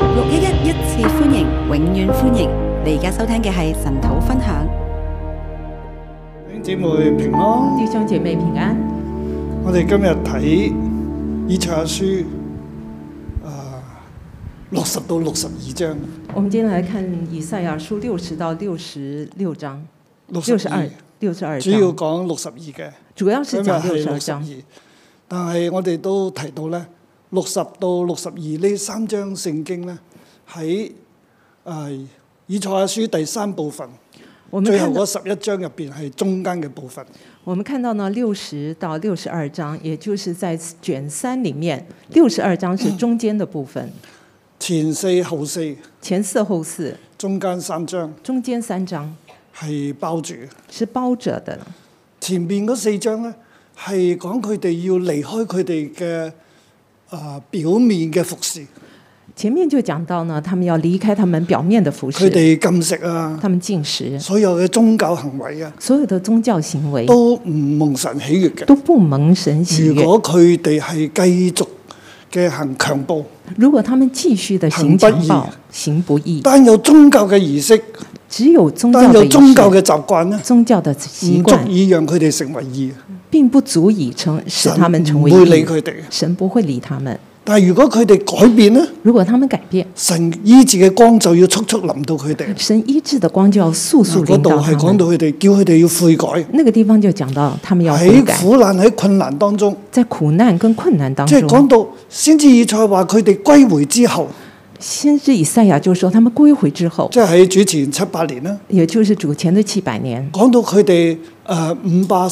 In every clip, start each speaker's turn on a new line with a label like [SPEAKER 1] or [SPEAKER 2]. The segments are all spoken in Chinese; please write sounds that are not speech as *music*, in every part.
[SPEAKER 1] 六一一一次歡迎，永遠歡迎！你而家收聽嘅係神土分享。
[SPEAKER 2] 弟兄姊妹平安，
[SPEAKER 3] 弟兄姐妹平安。
[SPEAKER 2] 我哋今日睇以賽亞書啊六十到六十二章，
[SPEAKER 3] 我们今天来看以赛亚书六十到六十六章，
[SPEAKER 2] 六
[SPEAKER 3] 六十二，六十二
[SPEAKER 2] 主要
[SPEAKER 3] 章，
[SPEAKER 2] 講六十二嘅，
[SPEAKER 3] 主要
[SPEAKER 2] 今
[SPEAKER 3] 是
[SPEAKER 2] 日
[SPEAKER 3] 讲
[SPEAKER 2] 係
[SPEAKER 3] 六十
[SPEAKER 2] 六
[SPEAKER 3] 二
[SPEAKER 2] 十二
[SPEAKER 3] 章。，
[SPEAKER 2] 但係我哋都提到咧，六十到六十二呢三章聖經咧喺啊以賽亞書第三部分，
[SPEAKER 3] 我们
[SPEAKER 2] 最後
[SPEAKER 3] 看到
[SPEAKER 2] 嗰，十一章入邊係中間嘅部分，
[SPEAKER 3] 我们看到呢，六十到六十二章，也就是在卷三里面，六十二章是中间的
[SPEAKER 2] *coughs*
[SPEAKER 3] 部分，
[SPEAKER 2] 前四後四，
[SPEAKER 3] 前四后四，
[SPEAKER 2] 中間三章
[SPEAKER 3] 中间三章
[SPEAKER 2] 係包住嘅。
[SPEAKER 3] 是包着的。
[SPEAKER 2] 前面嗰四章咧係講佢哋要離開佢哋嘅啊表面嘅服侍，
[SPEAKER 3] 前面就讲到呢，他们要离开他们表面的服
[SPEAKER 2] 佢
[SPEAKER 3] 饰，
[SPEAKER 2] 哋禁食啊，
[SPEAKER 3] 他们进食，
[SPEAKER 2] 所有嘅宗教行為啊，
[SPEAKER 3] 所有的宗教行为
[SPEAKER 2] 都唔蒙神喜悦嘅。
[SPEAKER 3] 都不蒙神喜
[SPEAKER 2] 如
[SPEAKER 3] 悦。
[SPEAKER 2] 果佢哋係繼續嘅行強暴，
[SPEAKER 3] 如果他们继续的行
[SPEAKER 2] 行不
[SPEAKER 3] 强
[SPEAKER 2] 义
[SPEAKER 3] 暴、行不义，
[SPEAKER 2] 單有宗教嘅儀式，
[SPEAKER 3] 只有宗教
[SPEAKER 2] 單
[SPEAKER 3] 的
[SPEAKER 2] 有
[SPEAKER 3] 仪
[SPEAKER 2] 宗教嗯
[SPEAKER 3] 式、
[SPEAKER 2] 嘅習慣咧，
[SPEAKER 3] 宗教的习
[SPEAKER 2] 唔足
[SPEAKER 3] 惯，
[SPEAKER 2] 以讓佢哋成為義。
[SPEAKER 3] 并不足以成使
[SPEAKER 2] 神
[SPEAKER 3] 他们成
[SPEAKER 2] 唔
[SPEAKER 3] 为
[SPEAKER 2] 會理
[SPEAKER 3] 义。
[SPEAKER 2] 佢哋嘅。
[SPEAKER 3] 神不会理他们。
[SPEAKER 2] 但係如果佢哋改變咧，
[SPEAKER 3] 如果他们改变，
[SPEAKER 2] 神醫治嘅光就要速速臨到佢哋。
[SPEAKER 3] 神医治的光就要速速
[SPEAKER 2] 嗰
[SPEAKER 3] 领
[SPEAKER 2] 度
[SPEAKER 3] 导
[SPEAKER 2] 係
[SPEAKER 3] 他
[SPEAKER 2] 講
[SPEAKER 3] 们
[SPEAKER 2] 到。佢哋，叫佢哋要悔改。
[SPEAKER 3] 那个地方就讲到他们要悔
[SPEAKER 2] 喺
[SPEAKER 3] 改，
[SPEAKER 2] 苦難喺困難當中，
[SPEAKER 3] 在苦难跟困难当
[SPEAKER 2] 即係講
[SPEAKER 3] 中，
[SPEAKER 2] 到先至以賽話佢哋歸回之後，
[SPEAKER 3] 先知以赛亚就说他们归回之后，
[SPEAKER 2] 即係喺主前七八年啦，
[SPEAKER 3] 也就是主前的七百年，
[SPEAKER 2] 講到佢哋呃誒五百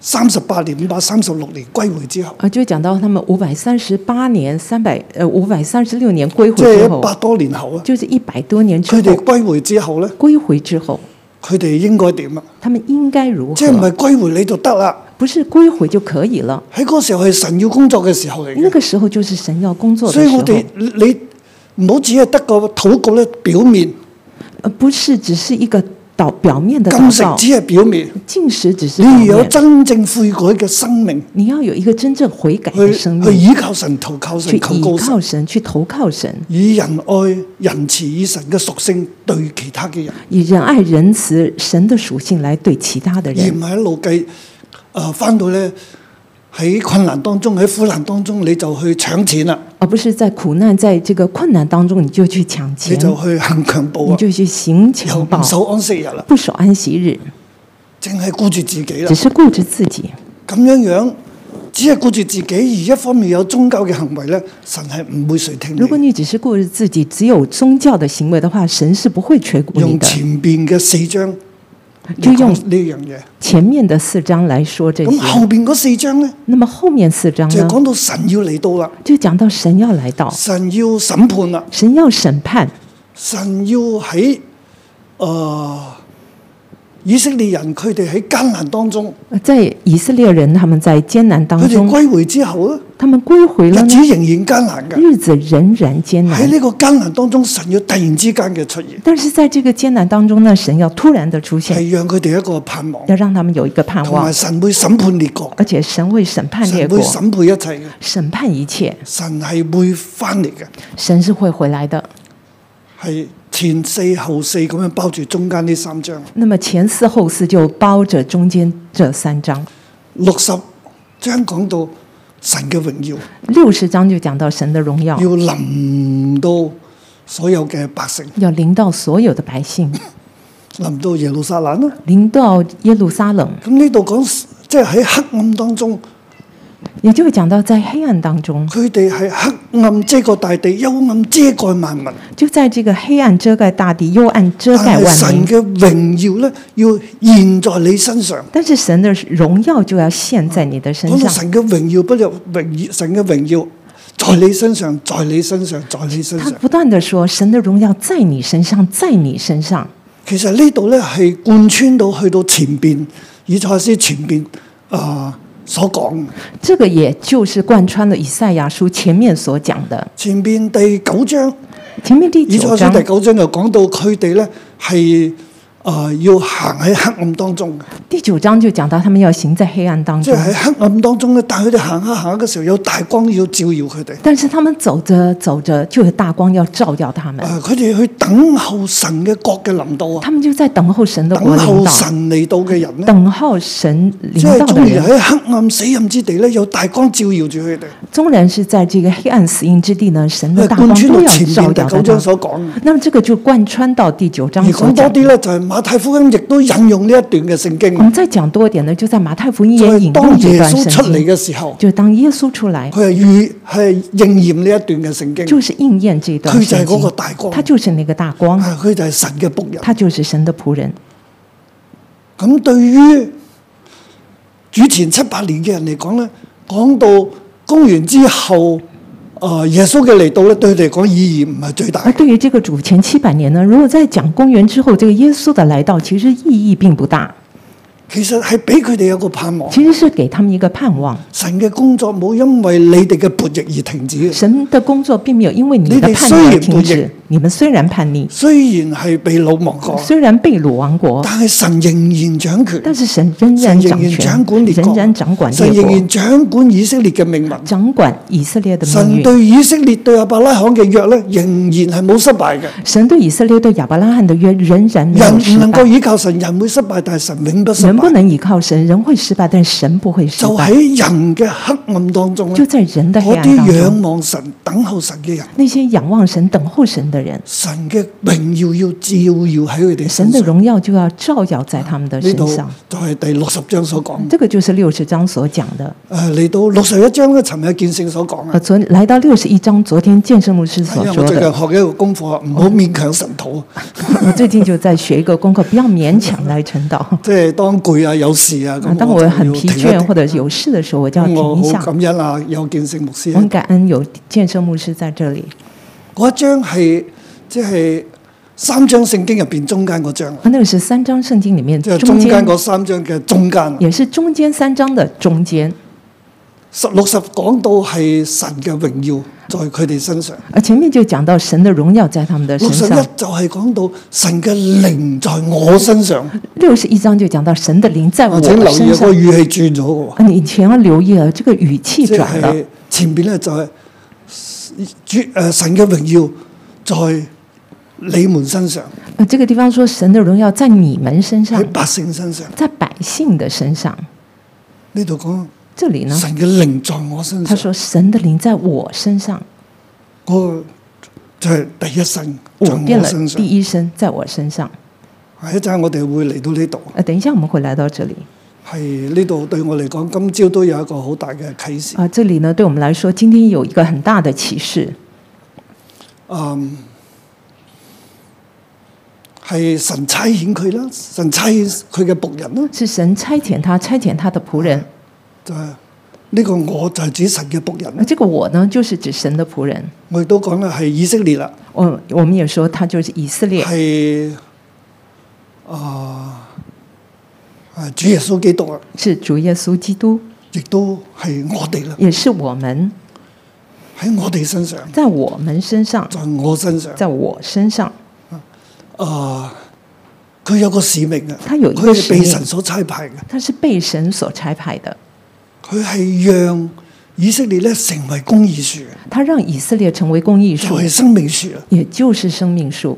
[SPEAKER 2] 三十八年、五百三十六年歸回之後，
[SPEAKER 3] 啊，就讲到他们五百三十八年、三百呃五百三十六年归回
[SPEAKER 2] 即係
[SPEAKER 3] 之
[SPEAKER 2] 一
[SPEAKER 3] 后，
[SPEAKER 2] 百多年後啊，
[SPEAKER 3] 就是一百多年之
[SPEAKER 2] 佢哋
[SPEAKER 3] 后
[SPEAKER 2] 歸回之後咧，
[SPEAKER 3] 归回之后，
[SPEAKER 2] 佢哋應該點啊？
[SPEAKER 3] 他们应该如
[SPEAKER 2] 即係唔
[SPEAKER 3] 何？
[SPEAKER 2] 係歸回你就得啦？
[SPEAKER 3] 不是归回就可以了。
[SPEAKER 2] 喺嗰時候係神要工作嘅時候嚟
[SPEAKER 3] 那
[SPEAKER 2] 嘅，
[SPEAKER 3] 个时候就是神要工作
[SPEAKER 2] 所
[SPEAKER 3] 的
[SPEAKER 2] 以
[SPEAKER 3] 时
[SPEAKER 2] 我哋
[SPEAKER 3] 候，
[SPEAKER 2] 你唔好只係得個禱告咧，表面
[SPEAKER 3] 呃，不是只是一个祷表面的
[SPEAKER 2] 禁
[SPEAKER 3] 祷
[SPEAKER 2] 食
[SPEAKER 3] 告，
[SPEAKER 2] 只係表面，
[SPEAKER 3] 进食只是
[SPEAKER 2] 你要
[SPEAKER 3] 表
[SPEAKER 2] 有
[SPEAKER 3] 面。
[SPEAKER 2] 真正悔改嘅生命。
[SPEAKER 3] 你要有一个真正悔改的
[SPEAKER 2] 去
[SPEAKER 3] 生
[SPEAKER 2] 去
[SPEAKER 3] 命，
[SPEAKER 2] 倚呃靠神、投靠
[SPEAKER 3] 去
[SPEAKER 2] 神、求
[SPEAKER 3] 依
[SPEAKER 2] 告
[SPEAKER 3] 靠
[SPEAKER 2] 神，
[SPEAKER 3] 神，去投靠神，
[SPEAKER 2] 以仁愛、仁慈、以神嘅屬性對其他嘅人，
[SPEAKER 3] 以仁爱、仁慈、神的属性来对其他的
[SPEAKER 2] 而唔
[SPEAKER 3] 人，
[SPEAKER 2] 係一路計誒翻到咧喺困難當中、喺苦難當中，你就去搶錢啦，
[SPEAKER 3] 而不是在苦难、在这个困难当中你就去抢
[SPEAKER 2] 你
[SPEAKER 3] 钱，
[SPEAKER 2] 就去行強暴
[SPEAKER 3] 你
[SPEAKER 2] 啊，
[SPEAKER 3] 就去行
[SPEAKER 2] 又
[SPEAKER 3] 强暴
[SPEAKER 2] 唔，守安息日啦，
[SPEAKER 3] 不守安息日，
[SPEAKER 2] 淨係顧住自己啦
[SPEAKER 3] 只，是顾着自己。
[SPEAKER 2] 咁樣樣。只係顧住自己，而一方面有宗教嘅行為咧，神係唔會垂聽
[SPEAKER 3] 如果
[SPEAKER 2] 你。
[SPEAKER 3] 你只是顾着自己，只有宗教的行为的话，神是不会垂顾你
[SPEAKER 2] 用
[SPEAKER 3] 的。
[SPEAKER 2] 前邊嘅四章
[SPEAKER 3] 就用
[SPEAKER 2] 呢樣嘢，
[SPEAKER 3] 前面的四章来说这
[SPEAKER 2] 咁後
[SPEAKER 3] 些，
[SPEAKER 2] 邊嗰四章咧
[SPEAKER 3] 那么后面四章
[SPEAKER 2] 就係
[SPEAKER 3] 呢，
[SPEAKER 2] 講到神要嚟到啦。
[SPEAKER 3] 就讲到神要来到，
[SPEAKER 2] 神要審判啦，
[SPEAKER 3] 神要审判，
[SPEAKER 2] 神要喺呃、以色列人佢哋喺艱難當中，
[SPEAKER 3] 呃在以色列人他们在艰难
[SPEAKER 2] 佢
[SPEAKER 3] 当
[SPEAKER 2] 哋
[SPEAKER 3] 中，嗯
[SPEAKER 2] 歸回之後咧，
[SPEAKER 3] 他们归回
[SPEAKER 2] 日
[SPEAKER 3] 了
[SPEAKER 2] 子
[SPEAKER 3] 呢，
[SPEAKER 2] 仍然艱難嘅。
[SPEAKER 3] 日子仍然艰
[SPEAKER 2] 喺
[SPEAKER 3] 难。
[SPEAKER 2] 呢個艱難當中，神要突然之間嘅出現，
[SPEAKER 3] 但是在这个艰难当中呢，神要突然的出现，
[SPEAKER 2] 係讓佢哋一個盼望，
[SPEAKER 3] 要让他们有一个盼
[SPEAKER 2] 同
[SPEAKER 3] 望
[SPEAKER 2] 埋，神會審判列國，
[SPEAKER 3] 而且神会审判列
[SPEAKER 2] 神
[SPEAKER 3] 国
[SPEAKER 2] 會，審判一切嘅，
[SPEAKER 3] 审判一切，
[SPEAKER 2] 神係會翻嚟嘅，
[SPEAKER 3] 神是会回来的。
[SPEAKER 2] 係前四後四咁樣包住中間呢三章，
[SPEAKER 3] 那么前四后四就包着中间这三章，
[SPEAKER 2] 六十章講到神嘅榮耀。
[SPEAKER 3] 六十章就讲到神的荣耀
[SPEAKER 2] 要臨到所有嘅百姓，
[SPEAKER 3] 要临到所有的百姓，
[SPEAKER 2] 臨到耶路撒冷啦。
[SPEAKER 3] 临到耶路撒冷，
[SPEAKER 2] 咁呢度講，即係喺黑暗當中，
[SPEAKER 3] 也就是讲到在黑暗当中，
[SPEAKER 2] 佢哋係黑暗遮蓋大地，幽暗遮蓋萬民。
[SPEAKER 3] 就在这个黑暗遮盖大地，幽暗遮
[SPEAKER 2] 但
[SPEAKER 3] 盖
[SPEAKER 2] 係
[SPEAKER 3] 万
[SPEAKER 2] 神
[SPEAKER 3] 民。
[SPEAKER 2] 嘅榮耀咧，要現在你身上。
[SPEAKER 3] 但是神的荣耀就要现在你的身
[SPEAKER 2] 講到
[SPEAKER 3] 上。
[SPEAKER 2] 哦神嘅榮耀不入榮耀，神嘅榮耀在你身上，在你身上，在你身
[SPEAKER 3] 他
[SPEAKER 2] 上。
[SPEAKER 3] 不断的说，神的荣耀在你身上，在你身上。
[SPEAKER 2] 其實呢度咧係貫穿到去到前邊，以賽亞斯前邊啊、所講。
[SPEAKER 3] 这个也就是贯穿了以赛亚书前面所讲的。
[SPEAKER 2] 前邊第九章。
[SPEAKER 3] 前面第
[SPEAKER 2] 以賽
[SPEAKER 3] 九
[SPEAKER 2] 書
[SPEAKER 3] 章
[SPEAKER 2] 第九章就講到佢哋咧係呃要行喺黑暗當中嘅，
[SPEAKER 3] 第九章就讲到他们要行在黑暗当
[SPEAKER 2] 即
[SPEAKER 3] 中，
[SPEAKER 2] 係喺黑暗當中咧。但係佢哋行下行下嘅時候，有大光要照耀佢哋。
[SPEAKER 3] 但是他们走着走着，就有大光要照耀他们，
[SPEAKER 2] 啊！佢哋去等候神嘅國嘅臨到啊，
[SPEAKER 3] 他们就在等候神的
[SPEAKER 2] 等
[SPEAKER 3] 国领
[SPEAKER 2] 候
[SPEAKER 3] 导，
[SPEAKER 2] 神嚟到嘅人咧，
[SPEAKER 3] 等候神领
[SPEAKER 2] 即係
[SPEAKER 3] 导的
[SPEAKER 2] 終於
[SPEAKER 3] 人。
[SPEAKER 2] 喺黑暗死蔭之地咧，有大光照耀住佢哋。
[SPEAKER 3] 纵然是在这个黑暗死荫之地呢，神的
[SPEAKER 2] 係
[SPEAKER 3] 大光
[SPEAKER 2] 貫穿
[SPEAKER 3] 都
[SPEAKER 2] 到
[SPEAKER 3] 要
[SPEAKER 2] 前
[SPEAKER 3] 照
[SPEAKER 2] 面第
[SPEAKER 3] 耀
[SPEAKER 2] 九
[SPEAKER 3] 到
[SPEAKER 2] 章
[SPEAKER 3] 他。
[SPEAKER 2] 所講嘅。
[SPEAKER 3] 那么这个就贯穿到第九章
[SPEAKER 2] 而
[SPEAKER 3] 所
[SPEAKER 2] 講多
[SPEAKER 3] 讲的。
[SPEAKER 2] 啲咧，就係馬太福音亦都引用呢一段嘅聖經
[SPEAKER 3] 我。們再講多一點呢，就在馬太福音
[SPEAKER 2] 就
[SPEAKER 3] 嗯也引
[SPEAKER 2] 係當
[SPEAKER 3] 用這
[SPEAKER 2] 耶
[SPEAKER 3] 段
[SPEAKER 2] 穌出
[SPEAKER 3] 聖
[SPEAKER 2] 嚟
[SPEAKER 3] 經，
[SPEAKER 2] 嘅時候，
[SPEAKER 3] 就當耶穌出來，
[SPEAKER 2] 佢係預係應驗呢一段嘅聖經。
[SPEAKER 3] 就是應驗這段
[SPEAKER 2] 佢就係
[SPEAKER 3] 聖
[SPEAKER 2] 嗰個
[SPEAKER 3] 經，
[SPEAKER 2] 大光，
[SPEAKER 3] 他就是那個大光，
[SPEAKER 2] 啊佢就係神嘅仆人。
[SPEAKER 3] 他就是神的仆人。
[SPEAKER 2] 咁對於主前七八年嘅人嚟講咧，講到公元之後，啊、耶穌嘅嚟到咧，對佢哋嚟講意義唔係最大
[SPEAKER 3] 而。對於這個主前七百年呢，如果在講公元之後，這個耶穌的來到其實意義並不大，
[SPEAKER 2] 其實係俾佢哋有個盼望，
[SPEAKER 3] 其實是給他們一個盼望。
[SPEAKER 2] 神嘅工作冇因為你哋嘅叛逆而停止嘅。
[SPEAKER 3] 神的工作並沒有因為你的
[SPEAKER 2] 你哋
[SPEAKER 3] 叛逆而
[SPEAKER 2] 雖然不
[SPEAKER 3] 停
[SPEAKER 2] 逆
[SPEAKER 3] 止，你們雖然叛逆，
[SPEAKER 2] 雖然係被擄亡國，
[SPEAKER 3] 雖然被擄亡國，
[SPEAKER 2] 哦但係神仍然掌權。
[SPEAKER 3] 但是神仍
[SPEAKER 2] 神
[SPEAKER 3] 然
[SPEAKER 2] 仍
[SPEAKER 3] 掌
[SPEAKER 2] 然掌管列
[SPEAKER 3] 權，仍
[SPEAKER 2] 國，
[SPEAKER 3] 然掌管
[SPEAKER 2] 神
[SPEAKER 3] 列
[SPEAKER 2] 仍
[SPEAKER 3] 國，
[SPEAKER 2] 然掌管以色列嘅命運。
[SPEAKER 3] 掌管以色列的
[SPEAKER 2] 神
[SPEAKER 3] 命運。
[SPEAKER 2] 對以色列對亞伯拉罕嘅約咧，仍然係冇失敗嘅。
[SPEAKER 3] 神對以色列、對亞伯拉罕的約仍然沒
[SPEAKER 2] 人
[SPEAKER 3] 有失
[SPEAKER 2] 唔能夠
[SPEAKER 3] 敗。
[SPEAKER 2] 依靠神，人會失敗，但係神永不失
[SPEAKER 3] 人不
[SPEAKER 2] 敗。
[SPEAKER 3] 能倚靠神，人会失败，但神不会失
[SPEAKER 2] 就
[SPEAKER 3] 败。
[SPEAKER 2] 喺人嘅黑暗當中咧，
[SPEAKER 3] 就在人的黑
[SPEAKER 2] 嗰
[SPEAKER 3] 暗
[SPEAKER 2] 啲
[SPEAKER 3] 当
[SPEAKER 2] 仰
[SPEAKER 3] 中，
[SPEAKER 2] 望神、等候神嘅人，
[SPEAKER 3] 那些仰望神、等候神的人，
[SPEAKER 2] 神嘅榮耀要照耀喺佢哋
[SPEAKER 3] 神
[SPEAKER 2] 身
[SPEAKER 3] 的
[SPEAKER 2] 上。
[SPEAKER 3] 荣耀就要照耀在他们的
[SPEAKER 2] 呢
[SPEAKER 3] 身
[SPEAKER 2] 度
[SPEAKER 3] 上。
[SPEAKER 2] 就係第六十章所講。
[SPEAKER 3] 这个就是六十章所讲的。
[SPEAKER 2] 誒嚟到六十一章咧，尋日見聖所講
[SPEAKER 3] 呃，
[SPEAKER 2] 啊，
[SPEAKER 3] 昨来到六十一章，昨天健身牧师
[SPEAKER 2] 因
[SPEAKER 3] 所
[SPEAKER 2] 為
[SPEAKER 3] 说
[SPEAKER 2] 我最近
[SPEAKER 3] 的，
[SPEAKER 2] 學一個功課，唔好勉強神土。
[SPEAKER 3] 我最近就在学一个功课，不要勉强来 *laughs* 晨祷。
[SPEAKER 2] 即係當攰啊、有事啊
[SPEAKER 3] 啊
[SPEAKER 2] 咁，
[SPEAKER 3] 当
[SPEAKER 2] 我就
[SPEAKER 3] 我
[SPEAKER 2] 要
[SPEAKER 3] 很
[SPEAKER 2] 停
[SPEAKER 3] 疲
[SPEAKER 2] 一
[SPEAKER 3] 倦
[SPEAKER 2] 停。
[SPEAKER 3] 或者有事的时候，我就要
[SPEAKER 2] 咁我
[SPEAKER 3] 停一下
[SPEAKER 2] 好。感恩啊，有見聖牧師啊
[SPEAKER 3] 我。很感恩有健身牧师在这里。
[SPEAKER 2] 嗰一章係即係三章聖經入邊中間嗰章啊，
[SPEAKER 3] 啊，那个是三章圣经里面
[SPEAKER 2] 即係
[SPEAKER 3] 中
[SPEAKER 2] 中間
[SPEAKER 3] 间
[SPEAKER 2] 嗰三章嘅中間啊。
[SPEAKER 3] 也是中间三章的中间，
[SPEAKER 2] 十六十講到係神嘅榮耀在佢哋身上，
[SPEAKER 3] 而啊前面就讲到神的榮耀在他們哦的身
[SPEAKER 2] 六十一
[SPEAKER 3] 上，
[SPEAKER 2] 就係講到神嘅靈在我身上。
[SPEAKER 3] 六十一章就讲到神的靈在
[SPEAKER 2] 啊
[SPEAKER 3] 我
[SPEAKER 2] 請留意
[SPEAKER 3] 身
[SPEAKER 2] 個
[SPEAKER 3] 上。
[SPEAKER 2] 語氣轉咗嘅喎，
[SPEAKER 3] 啊，你以前要留意了，这個語氣
[SPEAKER 2] 即
[SPEAKER 3] 哎轉了，
[SPEAKER 2] 係前邊咧就係呃主誒神嘅榮耀在你們身上，
[SPEAKER 3] 啊，这個地方說神的榮耀在你們身上
[SPEAKER 2] 喺，百姓身上。
[SPEAKER 3] 在百姓的身上。
[SPEAKER 2] 呢度講
[SPEAKER 3] 这里呢，
[SPEAKER 2] 神嘅靈在我身
[SPEAKER 3] 他
[SPEAKER 2] 上，
[SPEAKER 3] 說神的靈在我身上，
[SPEAKER 2] 嗰個就係第一神在
[SPEAKER 3] 我變
[SPEAKER 2] 我
[SPEAKER 3] 了
[SPEAKER 2] 身上
[SPEAKER 3] 第。一身在我身上。
[SPEAKER 2] 係一陣我哋會嚟到呢度，
[SPEAKER 3] 啊，等一下我們會來到這裡。
[SPEAKER 2] 係呢度對我嚟講，今朝都有一個好大嘅啟示。
[SPEAKER 3] 啊，這裡呢，對我們來說，今天有一個很大的啟示，
[SPEAKER 2] 嗯，係神差遣佢啦，神差遣佢嘅仆人啦，
[SPEAKER 3] 是神差遣他，差遣他的仆人。
[SPEAKER 2] 就係、呢個我就係指神嘅仆人
[SPEAKER 3] 而
[SPEAKER 2] 啦。
[SPEAKER 3] 呃这个我呢，就是指神的仆人。
[SPEAKER 2] 我亦都講啦，係以色列啦，
[SPEAKER 3] 我我们也说他就是以色
[SPEAKER 2] 哎
[SPEAKER 3] 列，
[SPEAKER 2] 係啊啊主耶穌基督啊，
[SPEAKER 3] 是主耶穌基督，
[SPEAKER 2] 亦都係我哋啦，
[SPEAKER 3] 也是我们，
[SPEAKER 2] 喺我哋身上，
[SPEAKER 3] 在我们身上，
[SPEAKER 2] 在我身上。
[SPEAKER 3] 在我身上，
[SPEAKER 2] 啊，佢有個使命嘅，
[SPEAKER 3] 他有一
[SPEAKER 2] 佢
[SPEAKER 3] 個
[SPEAKER 2] 係被
[SPEAKER 3] 使命
[SPEAKER 2] 神所差派嘅，
[SPEAKER 3] 他是被神所差派的，
[SPEAKER 2] 佢係讓以色列咧成為公義樹，
[SPEAKER 3] 他让以色列成为公益
[SPEAKER 2] 就
[SPEAKER 3] 树
[SPEAKER 2] 係、，生命樹啊，
[SPEAKER 3] 也就是生命树，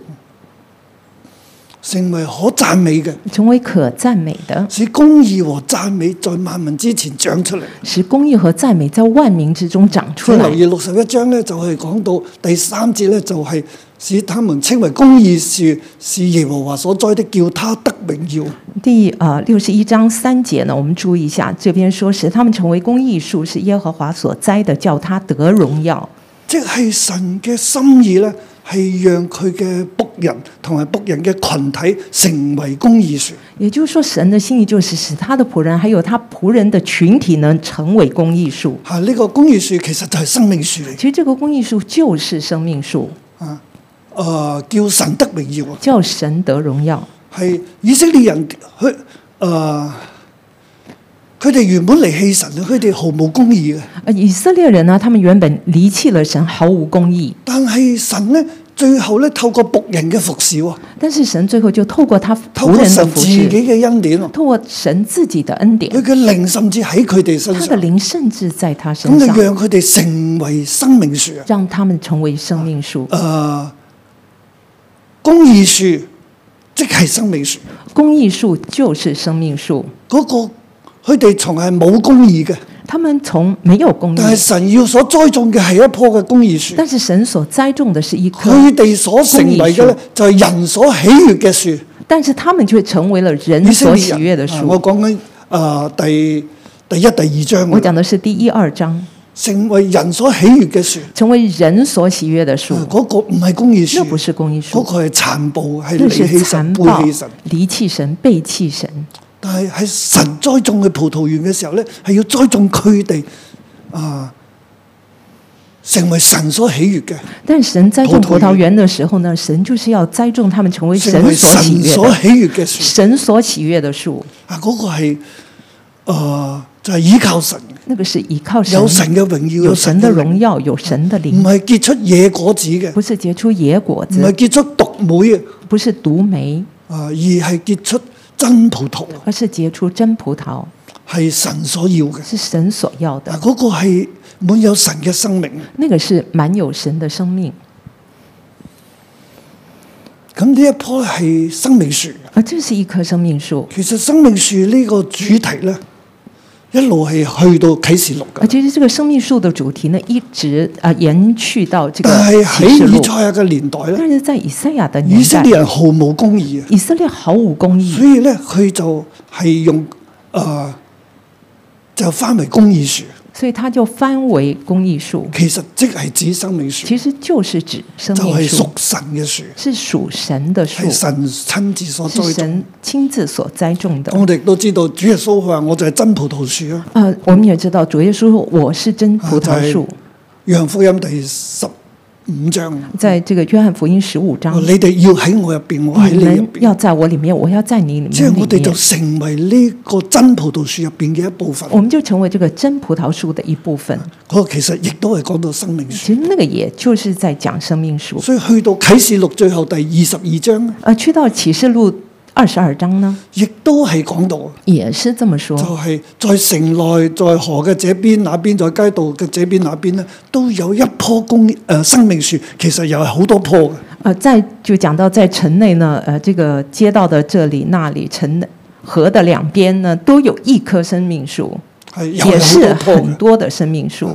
[SPEAKER 2] 成為可讚美嘅，
[SPEAKER 3] 成為可赞美的，
[SPEAKER 2] 使公義和讚美在萬民之前長出嚟。
[SPEAKER 3] 使公益和赞美在万民之中長出
[SPEAKER 2] 所以
[SPEAKER 3] 来
[SPEAKER 2] 留。意六十一章咧，就係、講到第三節咧，就係、使他們稱為公義樹，是耶和華所栽的，叫他得榮耀。
[SPEAKER 3] 第呃六十一章三节呢，我们注意一下，这边说使他们成为公益树，是耶和华所栽的，叫他得荣耀。
[SPEAKER 2] 即係神嘅心意咧，係讓佢嘅仆人同埋仆人嘅群體成為公義樹。
[SPEAKER 3] 也就是说，神的心意就是使他的仆人，还有他仆人的群体呢，成为公益树。
[SPEAKER 2] 嚇！啊呢個公義樹其實就係生命樹嚟，
[SPEAKER 3] 其实这个公益树就是生命树，
[SPEAKER 2] 啊，誒、叫神得榮耀啊，
[SPEAKER 3] 叫神得荣耀。
[SPEAKER 2] 係以色列人佢誒，呃佢哋、原本離棄神啊，佢哋毫無公義嘅，
[SPEAKER 3] 呃，以色列人呢，他们原本离弃了神，毫无公义，
[SPEAKER 2] 但係神咧最後咧透過仆人嘅服侍喎，
[SPEAKER 3] 但是神最后就透过他
[SPEAKER 2] 透
[SPEAKER 3] 仆
[SPEAKER 2] 過
[SPEAKER 3] 人的
[SPEAKER 2] 神
[SPEAKER 3] 服
[SPEAKER 2] 自己
[SPEAKER 3] 侍，
[SPEAKER 2] 嘅恩典喎，
[SPEAKER 3] 透过神自己的恩典
[SPEAKER 2] 佢，嘅靈甚至喺佢哋身
[SPEAKER 3] 他的
[SPEAKER 2] 上，
[SPEAKER 3] 灵甚至在他
[SPEAKER 2] 咁
[SPEAKER 3] 身上
[SPEAKER 2] 你，讓佢哋成為生命樹啊！
[SPEAKER 3] 让他们成为生命树。
[SPEAKER 2] 呃，公義樹即係生命樹，
[SPEAKER 3] 公益树就是生命树，
[SPEAKER 2] 嗰、個佢哋從係冇公義嘅，
[SPEAKER 3] 他们从没有公益，
[SPEAKER 2] 但係神要所栽種嘅係一棵嘅公義樹。
[SPEAKER 3] 嗯但是神所栽种的是一棵，
[SPEAKER 2] 佢哋所成為嘅咧，就係人所喜悦嘅樹。
[SPEAKER 3] 但是他们却成为了人
[SPEAKER 2] 以色
[SPEAKER 3] 嗯所
[SPEAKER 2] 列
[SPEAKER 3] 喜悦
[SPEAKER 2] 人，
[SPEAKER 3] 的
[SPEAKER 2] 啊我
[SPEAKER 3] 树。
[SPEAKER 2] 講緊啊第第一、第二章
[SPEAKER 3] 我
[SPEAKER 2] 嘅，
[SPEAKER 3] 讲的是第一二章，
[SPEAKER 2] 成為人所喜悦嘅樹。
[SPEAKER 3] 成为人所喜悦的树
[SPEAKER 2] 啊，嗰個唔係公義樹
[SPEAKER 3] 那，不是公益
[SPEAKER 2] 嗰
[SPEAKER 3] 树，
[SPEAKER 2] 個係殘暴，係
[SPEAKER 3] 那
[SPEAKER 2] 離
[SPEAKER 3] 是
[SPEAKER 2] 棄神、
[SPEAKER 3] 残
[SPEAKER 2] 背
[SPEAKER 3] 暴
[SPEAKER 2] 棄神。、
[SPEAKER 3] 离弃神、背弃神。
[SPEAKER 2] 但係喺神栽種嘅葡萄園嘅時候咧，係要栽種佢哋啊，成為神所喜悦嘅，
[SPEAKER 3] 但神栽种
[SPEAKER 2] 葡萄
[SPEAKER 3] 葡萄
[SPEAKER 2] 园
[SPEAKER 3] 园的时候呢，神就是要栽种他们成为
[SPEAKER 2] 成
[SPEAKER 3] 神
[SPEAKER 2] 為
[SPEAKER 3] 所喜
[SPEAKER 2] 神
[SPEAKER 3] 悦
[SPEAKER 2] 所
[SPEAKER 3] 的、
[SPEAKER 2] 喜悦嘅樹。
[SPEAKER 3] 神所喜悦的树。
[SPEAKER 2] 啊，嗰個係啊，就係依靠神，
[SPEAKER 3] 那个是依靠神，
[SPEAKER 2] 有神嗯嘅榮耀，
[SPEAKER 3] 有神的
[SPEAKER 2] 榮耀
[SPEAKER 3] 荣耀，有神的
[SPEAKER 2] 唔
[SPEAKER 3] 灵，
[SPEAKER 2] 係結出野果子嘅，
[SPEAKER 3] 不是结出野果
[SPEAKER 2] 唔係
[SPEAKER 3] 子，
[SPEAKER 2] 結出毒莓
[SPEAKER 3] 不是毒梅，
[SPEAKER 2] 啊，而係結出真葡萄，
[SPEAKER 3] 而是结出真葡萄，
[SPEAKER 2] 係神所要嘅。
[SPEAKER 3] 是神所要
[SPEAKER 2] 嗱，
[SPEAKER 3] 的。
[SPEAKER 2] 嗰個係滿有神嘅生命。
[SPEAKER 3] 那个是满有神的生命，
[SPEAKER 2] 咁呢一棵係生命樹。
[SPEAKER 3] 而啊这是一棵生命树。
[SPEAKER 2] 其實生命樹呢個主題咧，一路係去到啟示錄
[SPEAKER 3] 啊，
[SPEAKER 2] 嘅。
[SPEAKER 3] 其实这个生命树的主题呢，一直啊、延续到这
[SPEAKER 2] 但
[SPEAKER 3] 个
[SPEAKER 2] 係
[SPEAKER 3] 启示
[SPEAKER 2] 喺
[SPEAKER 3] 录嗯
[SPEAKER 2] 以。賽亞嘅年代咧，
[SPEAKER 3] 但是在以赛亚的年
[SPEAKER 2] 哎以色
[SPEAKER 3] 代，
[SPEAKER 2] 列人毫無公義啊，
[SPEAKER 3] 以色列毫无公义
[SPEAKER 2] 所，以咧佢就係用啊、呃就翻為公義樹，
[SPEAKER 3] 所以他就翻为公益树，
[SPEAKER 2] 其實即係指生命樹，
[SPEAKER 3] 其实就是指生
[SPEAKER 2] 就
[SPEAKER 3] 命
[SPEAKER 2] 係
[SPEAKER 3] 树
[SPEAKER 2] 屬，神嘅樹。
[SPEAKER 3] 是属神的树
[SPEAKER 2] 係，神親自所栽
[SPEAKER 3] 是
[SPEAKER 2] 種。
[SPEAKER 3] 神亲自所栽种的
[SPEAKER 2] 咁。我哋都知道，主耶穌話：我就係真葡萄樹啊。
[SPEAKER 3] 呃，我们也知道，主耶稣说我是真葡萄树，
[SPEAKER 2] 約翰福音第十五章，
[SPEAKER 3] 在这个约翰福音十五章，
[SPEAKER 2] 你哋要喺我入邊，我喺
[SPEAKER 3] 嗯你
[SPEAKER 2] 你入
[SPEAKER 3] 们要
[SPEAKER 2] 邊，
[SPEAKER 3] 在我里面，我要在你里
[SPEAKER 2] 即
[SPEAKER 3] 面
[SPEAKER 2] 係我
[SPEAKER 3] 里
[SPEAKER 2] 哋就
[SPEAKER 3] 面，
[SPEAKER 2] 成為呢個真葡萄樹入邊嘅一部分。
[SPEAKER 3] 我们就成为这个真葡萄树的一部分。
[SPEAKER 2] 嗰個其實亦都係講到生命樹，
[SPEAKER 3] 其实那个也就是在讲生命树。
[SPEAKER 2] 所以去到啟示錄最後第二十二章咧，
[SPEAKER 3] 呃，去到启示录二十二章呢，
[SPEAKER 2] 亦都係講到。
[SPEAKER 3] 也是这么
[SPEAKER 2] 就
[SPEAKER 3] 说，
[SPEAKER 2] 係在城內，在河嘅這邊那邊，在街道嘅這邊那邊咧，都有一棵公誒、呃生命樹，其實又係好多棵嘅。
[SPEAKER 3] 呃，在就讲到在城内呢，呃，这个街道的这里那里，城河的两边呢，都有一棵生命树，
[SPEAKER 2] 係又
[SPEAKER 3] 也
[SPEAKER 2] 係好
[SPEAKER 3] 是
[SPEAKER 2] 多棵
[SPEAKER 3] 很
[SPEAKER 2] 嘅。
[SPEAKER 3] 多的生命树。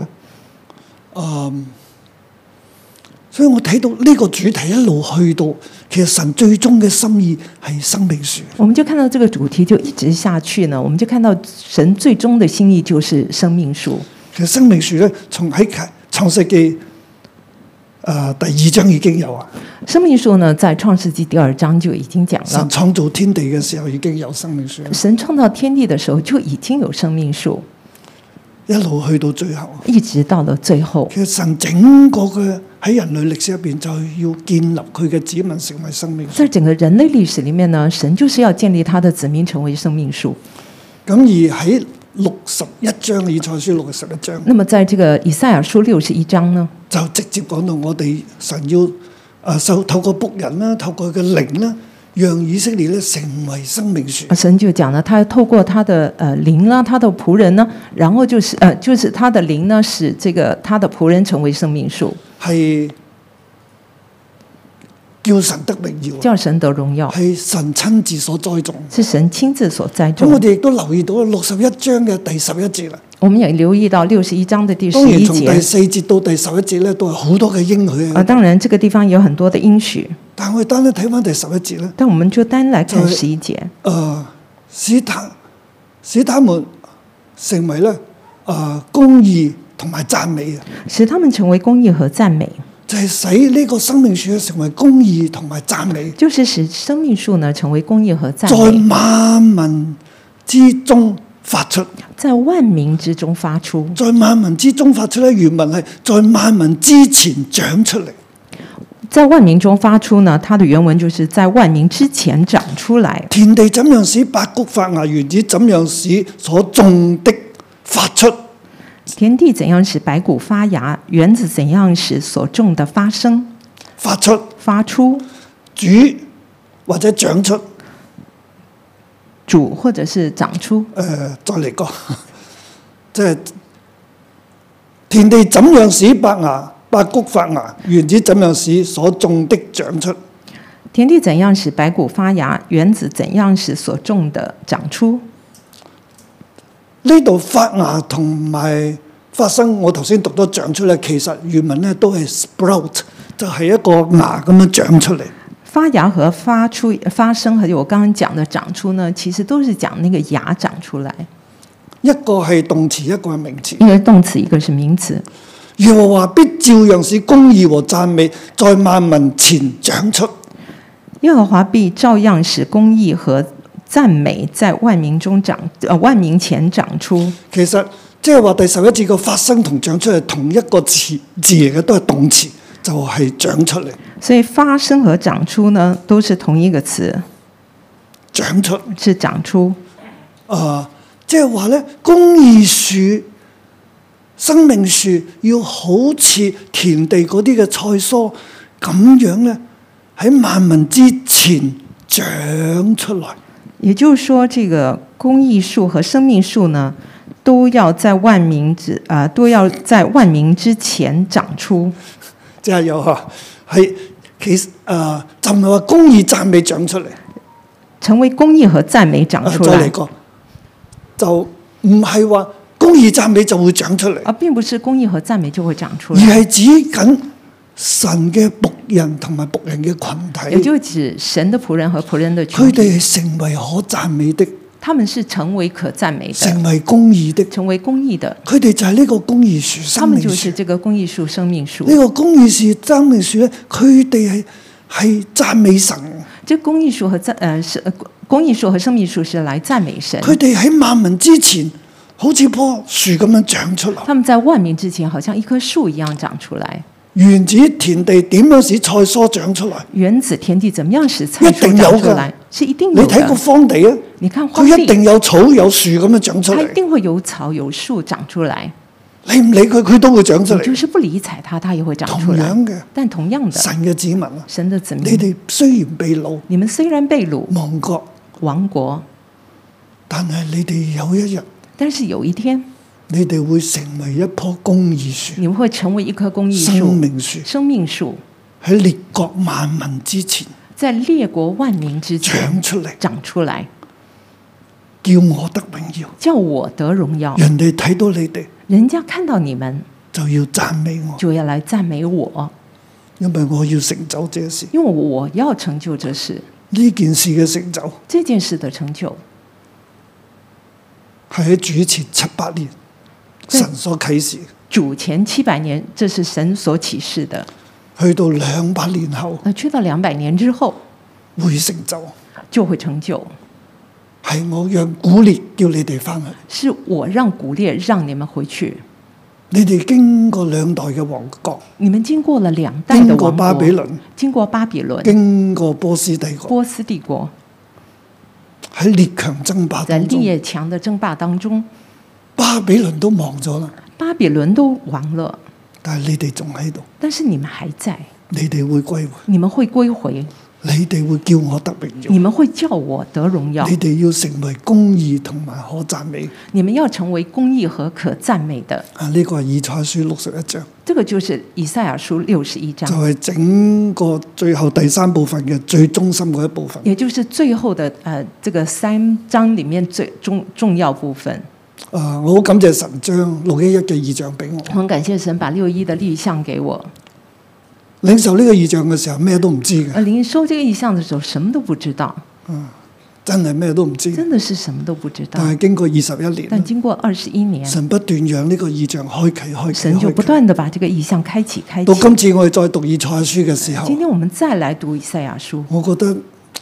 [SPEAKER 2] 所以我睇到呢個主題一路去到，其實神最終嘅心意係生命樹。
[SPEAKER 3] 我们就看到这个主题就一直下去呢，我们就看到神最终的心意就是生命树。
[SPEAKER 2] 其實生命樹咧，從喺啟創世記呃第二章已經有啊，
[SPEAKER 3] 生命树呢，在创世纪第二章就已经讲
[SPEAKER 2] 神
[SPEAKER 3] 了，
[SPEAKER 2] 創造天地嘅時候已經有生命樹啦，
[SPEAKER 3] 神创造天地的时候就已经有生命树，
[SPEAKER 2] 一路去到最後。
[SPEAKER 3] 一直到了最后。
[SPEAKER 2] 其實神整個嘅喺人類歷史入邊，就係要建立佢嘅子民成為生命樹。
[SPEAKER 3] 在整个人类历史里面呢，神就是要建立他的子民成为生命树。
[SPEAKER 2] 咁而喺六十一章以賽書六十一章
[SPEAKER 3] 那么在这个以赛亚书六十一章呢，
[SPEAKER 2] 就直接講到我哋神要啊，受透過仆人啦，透過佢嘅靈啦，讓以色列咧成為生命樹。
[SPEAKER 3] 神就讲了，他透过他的呃灵啦、他的仆人呢，然后就是呃就是他的灵呢，使这个他的仆人成为生命树，
[SPEAKER 2] 係叫神得榮耀，
[SPEAKER 3] 叫神得荣耀，
[SPEAKER 2] 係神親自所栽種。
[SPEAKER 3] 是神亲自所栽
[SPEAKER 2] 咁我
[SPEAKER 3] 种。
[SPEAKER 2] 哋亦都留意到六十一章嘅第十一節啦。
[SPEAKER 3] 我们也留意到六十一章的第十
[SPEAKER 2] 當然
[SPEAKER 3] 一
[SPEAKER 2] 從第
[SPEAKER 3] 节
[SPEAKER 2] 四節到第十一節咧，都係好多嘅應許
[SPEAKER 3] 啊，
[SPEAKER 2] 啊。
[SPEAKER 3] 当然这个地方有很多的应许，
[SPEAKER 2] 但我哋單單睇翻第十一節咧，
[SPEAKER 3] 但我们就单来看
[SPEAKER 2] 就是
[SPEAKER 3] 十一节，
[SPEAKER 2] 誒使他使他們成為咧誒、呃公義同埋讚美啊，
[SPEAKER 3] 使他们成为公义和赞美，
[SPEAKER 2] 就係、使呢個生命樹成為公義同埋讚美，
[SPEAKER 3] 就是使生命树呢成为公义和赞
[SPEAKER 2] 在
[SPEAKER 3] 美，
[SPEAKER 2] 萬民之中發出。
[SPEAKER 3] 在万民之中发出，
[SPEAKER 2] 在萬民之中發出咧，原文係在萬民之前長出嚟，
[SPEAKER 3] 在万民中发出呢，它的原文就是在万民之前长出来。
[SPEAKER 2] 田地怎樣使百谷發芽，園子怎樣使所種的發出。
[SPEAKER 3] 田地怎样使白骨发芽，园子怎样使所种的发生。
[SPEAKER 2] 發出、
[SPEAKER 3] 发出
[SPEAKER 2] 主或者長出。
[SPEAKER 3] 主或者是长出。
[SPEAKER 2] 誒、呃再嚟講， *laughs* 即係田地怎樣使白牙、白谷發芽，園子怎樣使所種的長出。
[SPEAKER 3] 田地怎样使白骨发芽，园子怎样使所种的长出。
[SPEAKER 2] 呢度發芽同埋發生，我頭先讀咗長出嚟，其實原文咧都係 sprout，就係一個芽咁樣長出嚟。
[SPEAKER 3] 发芽和发出、发生，还有我刚刚讲的长出呢，其实都是讲那个芽长出来，
[SPEAKER 2] 一個係動詞，一個係名詞。
[SPEAKER 3] 一个是动词，一个是名词。
[SPEAKER 2] 耶和華必照樣使公義和讚美在萬民前長出。
[SPEAKER 3] 耶和华必照样使公义和赞美在万民中长，呃，万民前长出。
[SPEAKER 2] 其實即係話第十一節個發生同長出係同一個詞字嚟嘅，都係動詞，就係、長出嚟，
[SPEAKER 3] 所以发生和长出呢，都是同一个词，
[SPEAKER 2] 長出。
[SPEAKER 3] 是长出。
[SPEAKER 2] 啊、即係話咧，公義樹、生命樹要好似田地嗰啲嘅菜蔬咁樣咧，喺萬民之前長出來。
[SPEAKER 3] 也就是说，这个公益树和生命树呢，都要在万民之啊、都要在万民之前长出。
[SPEAKER 2] 即係有嚇，係其實啊、就唔係話公義讚美長出嚟，
[SPEAKER 3] 成为公益和赞美长
[SPEAKER 2] 啊
[SPEAKER 3] 出
[SPEAKER 2] 再
[SPEAKER 3] 来
[SPEAKER 2] 嚟，過，就唔係話公義讚美就會長出嚟。
[SPEAKER 3] 而并不是公益和赞美就会长啊出
[SPEAKER 2] 而
[SPEAKER 3] 来，
[SPEAKER 2] 係指緊神嘅仆人同埋仆人嘅
[SPEAKER 3] 也
[SPEAKER 2] 群體，
[SPEAKER 3] 就指神的仆人和仆人的群
[SPEAKER 2] 佢
[SPEAKER 3] 体，
[SPEAKER 2] 哋係成為可讚美的，
[SPEAKER 3] 他们是成为可赞美的，
[SPEAKER 2] 成為公義的，
[SPEAKER 3] 成为公益的，
[SPEAKER 2] 佢哋就係呢個公義樹
[SPEAKER 3] 他
[SPEAKER 2] 生
[SPEAKER 3] 们
[SPEAKER 2] 命
[SPEAKER 3] 就是
[SPEAKER 2] 樹。
[SPEAKER 3] 这个公益树、生命树。
[SPEAKER 2] 呢個公義樹生命樹咧，佢哋係係讚美神，
[SPEAKER 3] 这公益树和赞呃是呃公益树和生命树是来赞美神，
[SPEAKER 2] 佢哋喺萬民之前，好似棵樹咁樣長出嚟。
[SPEAKER 3] 他们在万民之前好像一棵树一样长出来。
[SPEAKER 2] 原子田地點樣使菜蔬長出嚟？
[SPEAKER 3] 原子田地怎么样使菜
[SPEAKER 2] 一定
[SPEAKER 3] 蔬长
[SPEAKER 2] 有
[SPEAKER 3] 出
[SPEAKER 2] 的
[SPEAKER 3] 来？是一定
[SPEAKER 2] 你
[SPEAKER 3] 有
[SPEAKER 2] 睇個
[SPEAKER 3] 的。
[SPEAKER 2] 荒地啊，
[SPEAKER 3] 你看荒
[SPEAKER 2] 佢一
[SPEAKER 3] 地，
[SPEAKER 2] 定有草有樹咁樣長出
[SPEAKER 3] 它一
[SPEAKER 2] 嚟。
[SPEAKER 3] 定会有草有树长出来。
[SPEAKER 2] 你唔理佢，佢都會長出
[SPEAKER 3] 你就
[SPEAKER 2] 嚟。
[SPEAKER 3] 是不理睬它，它也会长出
[SPEAKER 2] 同
[SPEAKER 3] 来。
[SPEAKER 2] 樣嘅
[SPEAKER 3] 但同样的，
[SPEAKER 2] 神嘅子民啊。
[SPEAKER 3] 神的子
[SPEAKER 2] 你
[SPEAKER 3] 民，
[SPEAKER 2] 哋雖然被掳
[SPEAKER 3] 你们虽然被掳
[SPEAKER 2] 亡國，
[SPEAKER 3] 亡国，
[SPEAKER 2] 但係你哋有一日，
[SPEAKER 3] 但是有一天
[SPEAKER 2] 你哋會成為一棵公義樹、
[SPEAKER 3] 你们会成为一棵公益
[SPEAKER 2] 生
[SPEAKER 3] 树、
[SPEAKER 2] 命樹，
[SPEAKER 3] 生命树，
[SPEAKER 2] 喺列國萬民之前
[SPEAKER 3] 在列国万民之前
[SPEAKER 2] 長出嚟，
[SPEAKER 3] 长出来，
[SPEAKER 2] 叫我得榮耀。
[SPEAKER 3] 叫我得荣耀。
[SPEAKER 2] 人哋睇到你哋
[SPEAKER 3] 人家看到你们
[SPEAKER 2] 就要讚美我，
[SPEAKER 3] 就要来赞美我，
[SPEAKER 2] 因為我要成就這事。
[SPEAKER 3] 因为我要成就这事，
[SPEAKER 2] 呢件事嘅成就
[SPEAKER 3] 这件事的成就。
[SPEAKER 2] 係喺主前七八年
[SPEAKER 3] 對
[SPEAKER 2] 神所啟示，
[SPEAKER 3] 主前七百年，这是神所启示的。
[SPEAKER 2] 去到兩百年後
[SPEAKER 3] 那去到两百年之后，
[SPEAKER 2] 會成就。
[SPEAKER 3] 就会成就。
[SPEAKER 2] 係我讓古列叫你哋翻去，
[SPEAKER 3] 是我让古列让你们回去，
[SPEAKER 2] 你哋經過兩代嘅王國，
[SPEAKER 3] 你们经过了两代的
[SPEAKER 2] 經過
[SPEAKER 3] 王
[SPEAKER 2] 巴比
[SPEAKER 3] 国，
[SPEAKER 2] 倫。
[SPEAKER 3] 经过巴比伦、
[SPEAKER 2] 經過波斯帝國
[SPEAKER 3] 波斯帝国，
[SPEAKER 2] 喺列強爭霸
[SPEAKER 3] 在
[SPEAKER 2] 當中，
[SPEAKER 3] 列强的争霸当中，
[SPEAKER 2] 巴比倫都亡咗啦，
[SPEAKER 3] 巴比伦都亡了，
[SPEAKER 2] 但係你哋仲喺度，
[SPEAKER 3] 但是你们还在，
[SPEAKER 2] 你哋會歸回，
[SPEAKER 3] 你们会归回，
[SPEAKER 2] 你哋會叫我得榮
[SPEAKER 3] 你们会叫我得荣耀
[SPEAKER 2] 耀，你，哋要成為公義同埋可讚美
[SPEAKER 3] 你们要成为公义和可赞美的。
[SPEAKER 2] 啊！呢、個係以賽書六十一章，
[SPEAKER 3] 这个就是以赛亚书六十一章
[SPEAKER 2] 就。係整個最後第三部分嘅最中心嗰一部分。
[SPEAKER 3] 也就是最后的呃这个三章里面最重重要部分。
[SPEAKER 2] 啊、我好感謝神將六一一嘅異象俾我，
[SPEAKER 3] 我很感谢神把六一的立项给我。
[SPEAKER 2] 領受呢個異象嘅時候咩都唔知嘅，
[SPEAKER 3] 呃，林收这个意象的时候，什么都不知道，
[SPEAKER 2] 真係咩都唔知。
[SPEAKER 3] 真的是什么都不知道
[SPEAKER 2] 但。係經過二十一
[SPEAKER 3] 但
[SPEAKER 2] 年，
[SPEAKER 3] 经过二十一年，
[SPEAKER 2] 神不斷讓呢個異象開啟、開啟、
[SPEAKER 3] 神就
[SPEAKER 2] 開
[SPEAKER 3] 不
[SPEAKER 2] 啟。
[SPEAKER 3] 断的把这个意象开启、开启
[SPEAKER 2] 到。今次我哋再讀以賽亞書嘅時
[SPEAKER 3] 今
[SPEAKER 2] 候，
[SPEAKER 3] 天我们再来读以赛亚书，
[SPEAKER 2] 我覺得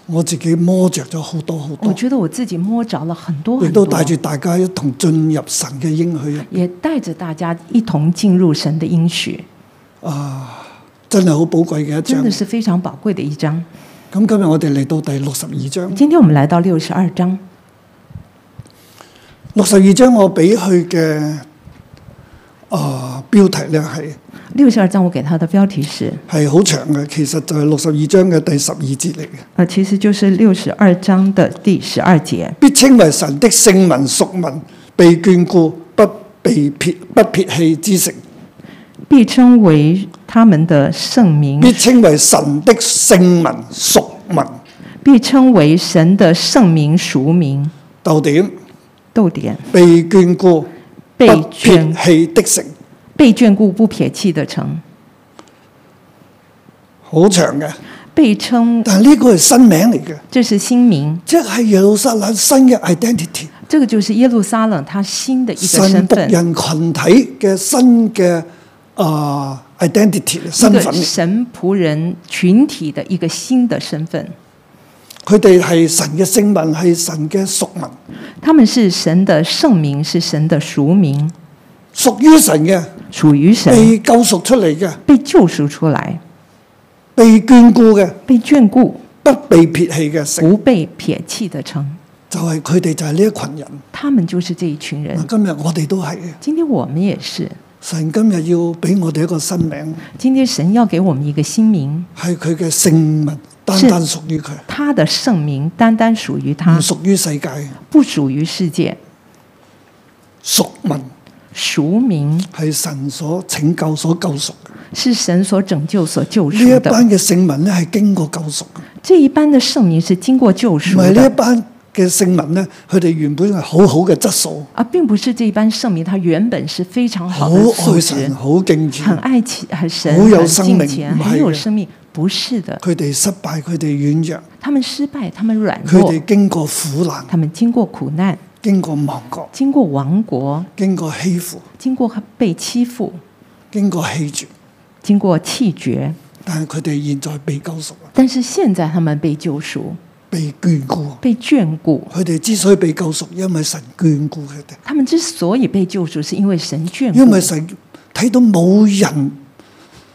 [SPEAKER 2] 我自己摸着咗好多好
[SPEAKER 3] 我
[SPEAKER 2] 多，
[SPEAKER 3] 觉得我自己摸着了很多
[SPEAKER 2] 亦
[SPEAKER 3] 很
[SPEAKER 2] 哦都
[SPEAKER 3] 多，
[SPEAKER 2] 帶住大家一同進入神嘅應許啊
[SPEAKER 3] 也带着大家一同进入神的应许，
[SPEAKER 2] 啊！真係好寶貴嘅一
[SPEAKER 3] 真
[SPEAKER 2] 章
[SPEAKER 3] 的。是非常宝贵的一章。
[SPEAKER 2] 咁今日我哋嚟到第六十二章，
[SPEAKER 3] 今天我们来到六十二章，
[SPEAKER 2] 六十二章我俾佢嘅啊、標題咧係
[SPEAKER 3] 六十二章我给他的标题是，
[SPEAKER 2] 係好長嘅，其實就係六十二章嘅第十二節嚟嘅。
[SPEAKER 3] 呃，其实就是六十二章的第十二节，
[SPEAKER 2] 必稱為神的聖民屬民，被眷顧，不被撇不撇棄之城。
[SPEAKER 3] 必称为他们的圣名，
[SPEAKER 2] 必稱為神的聖民屬民。
[SPEAKER 3] 必称为神的圣名赎名。
[SPEAKER 2] 逗點
[SPEAKER 3] 逗点，
[SPEAKER 2] 被眷顧，
[SPEAKER 3] 被
[SPEAKER 2] 不撇
[SPEAKER 3] 眷
[SPEAKER 2] 棄的城，
[SPEAKER 3] 被眷顾不撇弃的城，
[SPEAKER 2] 好長嘅。
[SPEAKER 3] 被称
[SPEAKER 2] 但係呢個係新名嚟嘅，
[SPEAKER 3] 这是新名，
[SPEAKER 2] 即係耶路撒冷新嘅 identity，
[SPEAKER 3] 这个就是耶路撒冷它新的一个身
[SPEAKER 2] 神仆
[SPEAKER 3] 份，
[SPEAKER 2] 人群體嘅新嘅啊、identity
[SPEAKER 3] 一
[SPEAKER 2] 身
[SPEAKER 3] 个
[SPEAKER 2] 份嚟。
[SPEAKER 3] 神仆人群体的一个新的身份。
[SPEAKER 2] 佢哋係神嘅聖民，係神嘅屬民，
[SPEAKER 3] 他们是神的圣名，是神的赎名，
[SPEAKER 2] 屬於神嘅，
[SPEAKER 3] 属于神，
[SPEAKER 2] 被救贖出嚟嘅，
[SPEAKER 3] 被救赎出来，
[SPEAKER 2] 被眷顧嘅，
[SPEAKER 3] 被眷顾，
[SPEAKER 2] 不被撇棄嘅城，
[SPEAKER 3] 不被撇弃的城。
[SPEAKER 2] 就係佢哋就係呢一群人。
[SPEAKER 3] 他们就是这一群人
[SPEAKER 2] 嗱，。今日我哋都係嘅，
[SPEAKER 3] 今天我们也是，
[SPEAKER 2] 神今日要俾我哋一個新名，
[SPEAKER 3] 今天神要给我们一个新名，
[SPEAKER 2] 係佢嘅聖民，單
[SPEAKER 3] 是
[SPEAKER 2] 單屬於佢，
[SPEAKER 3] 他的圣名单单属于
[SPEAKER 2] 唔
[SPEAKER 3] 他，
[SPEAKER 2] 屬於世界。
[SPEAKER 3] 不属于世界。
[SPEAKER 2] 屬民
[SPEAKER 3] 赎名
[SPEAKER 2] 係神所拯救、所救贖嘅。
[SPEAKER 3] 是神所拯救、所救
[SPEAKER 2] 呢
[SPEAKER 3] 赎
[SPEAKER 2] 一
[SPEAKER 3] 的。
[SPEAKER 2] 班嘅聖民咧係經過救贖嘅，
[SPEAKER 3] 这一班的圣名是经过救
[SPEAKER 2] 唔
[SPEAKER 3] 赎
[SPEAKER 2] 係呢一
[SPEAKER 3] 的，
[SPEAKER 2] 班嘅聖民咧，佢哋原本係好好嘅質素，
[SPEAKER 3] 而啊并不是这一班圣名，他原本是非常
[SPEAKER 2] 好
[SPEAKER 3] 哦好的素
[SPEAKER 2] 愛
[SPEAKER 3] 质
[SPEAKER 2] 神、，好敬
[SPEAKER 3] 很
[SPEAKER 2] 虔。
[SPEAKER 3] 爱其很神，
[SPEAKER 2] 好有
[SPEAKER 3] 很
[SPEAKER 2] 生
[SPEAKER 3] 敬
[SPEAKER 2] 命
[SPEAKER 3] 虔，
[SPEAKER 2] 唔係
[SPEAKER 3] 很有
[SPEAKER 2] 嘅
[SPEAKER 3] 生命。不是的，
[SPEAKER 2] 佢哋失敗，佢哋軟弱，
[SPEAKER 3] 他们失敗，他们软
[SPEAKER 2] 佢
[SPEAKER 3] 弱，
[SPEAKER 2] 哋經過苦難，
[SPEAKER 3] 他们经过苦難，
[SPEAKER 2] 經過亡國，
[SPEAKER 3] 经过亡国，
[SPEAKER 2] 經過欺負，
[SPEAKER 3] 经过被欺負，
[SPEAKER 2] 經過棄絕，
[SPEAKER 3] 经过弃绝，
[SPEAKER 2] 但係佢哋現在被救贖啦，
[SPEAKER 3] 但是現在他们被救赎，
[SPEAKER 2] 被眷顧。啊
[SPEAKER 3] 被眷顾。
[SPEAKER 2] 佢哋之所以被救贖，因為神眷顧佢哋，
[SPEAKER 3] 他们之所以被救赎，是因为神眷顾，
[SPEAKER 2] 因為神睇到冇人